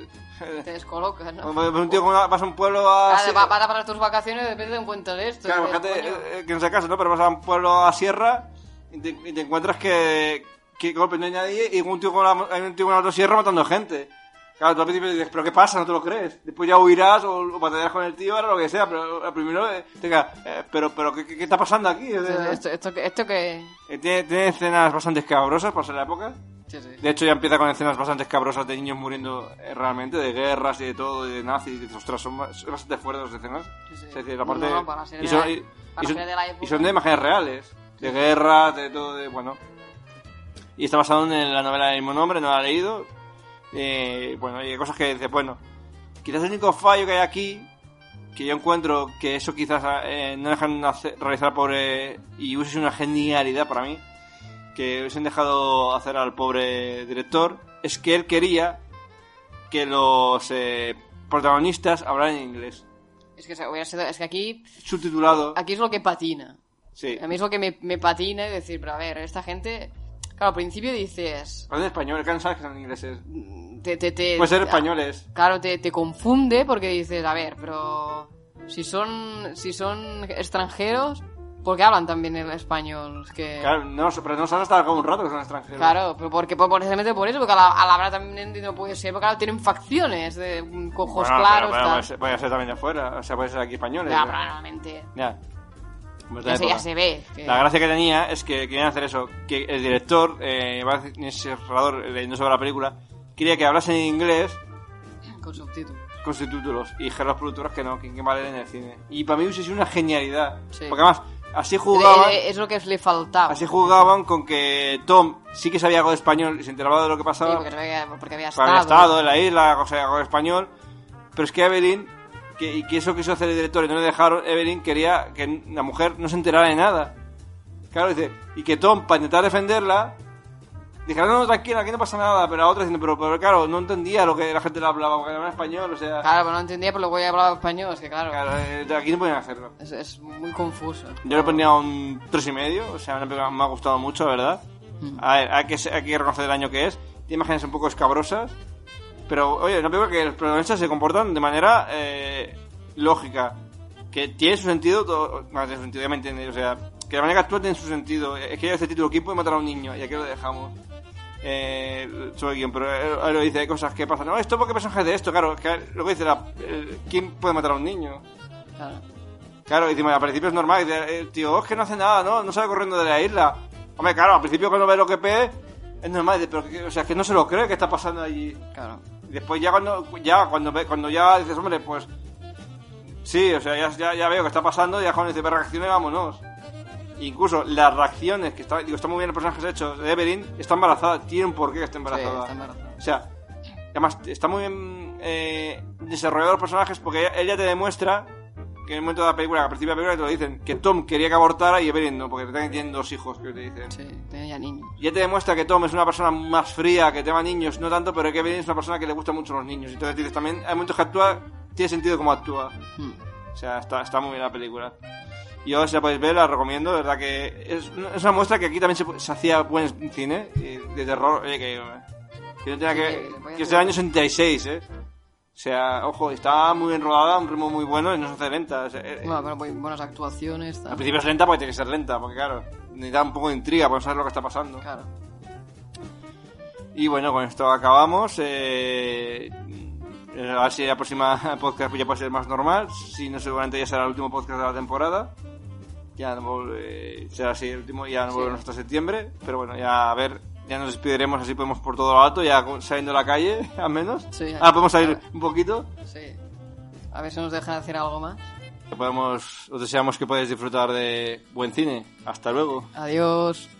Te descolocas, ¿no?
Como Un tío como vas a un pueblo a...
Ah, va- vas a pasar tus vacaciones y de repente te encuentras esto.
Claro,
y dices,
fíjate,
"Coño".
eh, que no sea caso, ¿no? Pero vas a un pueblo a sierra y te, y te encuentras que... Que golpe no hay nadie y un tío con la- hay un tío con la motosierra matando gente. Claro, tú al principio dices, ¿pero qué pasa? No te lo crees. Después ya huirás o, o batallarás con el tío, ahora lo que sea. Pero al primero eh, te quedas, eh, ¿pero, pero ¿qué, qué- qué está pasando aquí? O sea,
Esto, esto, que- esto que...
eh, tiene, tiene escenas bastante escabrosas para ser la época.
Sí, sí.
De hecho, ya empieza con escenas bastante escabrosas de niños muriendo eh, realmente, de guerras y de todo, y de nazis. Y dices, ostras, son ba- son bastante fuertes las escenas.
Sí, sí.
Es decir,
No,
aparte-
no, no, para ser
y
de
son-
la- e-
y-
para
y son-
ser de la
y
época.
son de imágenes reales, de guerras, de todo, de. Bueno. Y está basado en la novela del mismo nombre, no la he leído. Eh, bueno, y hay cosas que dices, bueno. Quizás el único fallo que hay aquí, que yo encuentro que eso quizás eh, no dejan hacer- realizar pobre. Y es una genialidad para mí que hubiesen dejado hacer al pobre director es que él quería que los eh, protagonistas hablaran en inglés,
Es que, se- hubiera sido- es que aquí,
subtitulado.
aquí es lo que patina.
Sí,
A mí es lo que me, me patina y decir, pero a ver, esta gente... Claro, al principio dices...
hablan en español, que no sabes que son ingleses.
mm, Te, te, te-
Puede ser eh,
te-
españoles.
Claro, te, te confunde porque dices, a ver, pero... Si son, si son extranjeros, ¿por qué hablan también el español? Es que...
Claro, no, pero no sabes hasta algún rato que son extranjeros.
Claro, pero porque, por, precisamente por eso, porque a la, a la hora también no puede ser, porque claro, tienen facciones de mm, con
Bueno,
ojos
pero-
claros,
pero
tal.
puede, ser, puede ser también de afuera, o sea, puede ser aquí españoles.
Ya,
¿no?
pero normalmente.
Ya. Pues de
Ya se, ya
época.
se ve. que-
La gracia que tenía es que querían hacer eso, que el director, eh, Vázquez Serrador, eh, leyendo sobre la película, quería que hablasen en inglés
Con subtítulos.
con subtítulos y dijeron a los productores que no, que, que valen en el cine. Y para mí hubiese sido una genialidad.
Sí.
Porque además, Así jugaban,
Eh, eh, Es lo que le faltaba.
así jugaban con que Tom sí que sabía algo de español y se enteraba de lo que
Sí,
pasaba.
porque, había, porque había
Pues había estado en la isla, o sea, con español. Pero es que Evelyn, que, y que eso quiso hacer el director y no le dejaron, Evelyn quería que la mujer no se enterara de nada. Claro, dice, y que Tom, para intentar defenderla, dijera, no, no, tranquila, aquí no pasa nada. Pero la otra diciendo, pero, pero claro, no entendía lo que la gente le hablaba, porque hablaba español, o sea,
Claro, pero no entendía, pero luego ya hablaba español, es que claro,
claro, eh, aquí no podían hacerlo.
Es, es muy confuso.
Yo le ponía un tres y medio, o sea, una película que me ha gustado mucho, la verdad. A ver, hay que, se- hay que reconocer el año que es. Tiene imágenes un poco escabrosas, pero oye, una película que los protagonistas se comportan de manera eh, lógica, que tiene su sentido, todo, bueno, tiene su sentido, ya me entiendes, o sea, que la manera que actúa tiene su sentido. Es que ya este título, ¿quién puede matar a un niño? Y aquí lo dejamos. Eh, sobre el guión, pero él, él lo dice, hay cosas que pasan. No, esto porque personaje de esto, claro, es que lo que dice la, el- ¿quién puede matar a un niño?
Claro.
Claro, y encima, al principio es normal. dice, eh, tío, es que no hace nada, ¿no? No sale corriendo de la isla. Hombre, claro, al principio cuando ve lo que ve, es normal. dice, Pero, que- o sea, que no se lo cree que está pasando allí.
claro.
Y después ya cuando ya, cuando, ve, cuando ya dices, hombre, pues... Sí, o sea, ya, ya, ya veo que está pasando, ya Juan dice, pero reaccione, vámonos. Incluso las reacciones, que está, digo, está muy bien los personajes hechos de Evelyn, está embarazada, tiene un porqué que esté embarazada.
Sí, está embarazada.
O sea, además está muy bien eh, desarrollado los personajes porque ella, ella te demuestra que en el momento de la película, al principio de la película te lo dicen, que Tom quería que abortara y Evelyn no, porque te están tienen dos hijos que te dicen.
Sí, tenía ya niños.
Ya te demuestra que Tom es una persona más fría, que tema niños, no tanto, pero que Evelyn es una persona que le gusta mucho los niños. Entonces dices, también hay momentos que actúa, tiene sentido cómo actúa.
Hmm.
O sea, está, está muy bien la película. Yo, si la podéis ver, la recomiendo. De verdad que es, una- es una muestra que aquí también se, pu- se hacía buen cine eh, de terror. Oye, que, que no tenía
Sí,
que.
voy a
que es
hacer-
del año 76, ¿eh? O sea, ojo, está muy bien rodada, un ritmo muy bueno y no se hace lenta. O sea, eh,
Bueno, pero muy buenas actuaciones. tal.
al principio es lenta porque tiene que ser lenta, porque claro, necesita un poco de intriga para saber lo que está pasando.
Claro.
Y bueno, con esto acabamos. Eh, eh, a ver si la próxima podcast ya puede ser más normal. Si no, seguramente ya será el último podcast de la temporada. Ya no vol- eh, será así el último, ya no
Sí.
volvemos hasta septiembre. Pero bueno, ya a ver, ya nos despediremos así podemos por todo lo alto, ya con- saliendo a la calle, al menos.
Sí.
ah, podemos salir
Claro.
un poquito.
Sí. A ver si nos dejan hacer algo más.
Podemos, os deseamos que podáis disfrutar de buen cine. Hasta luego.
Adiós.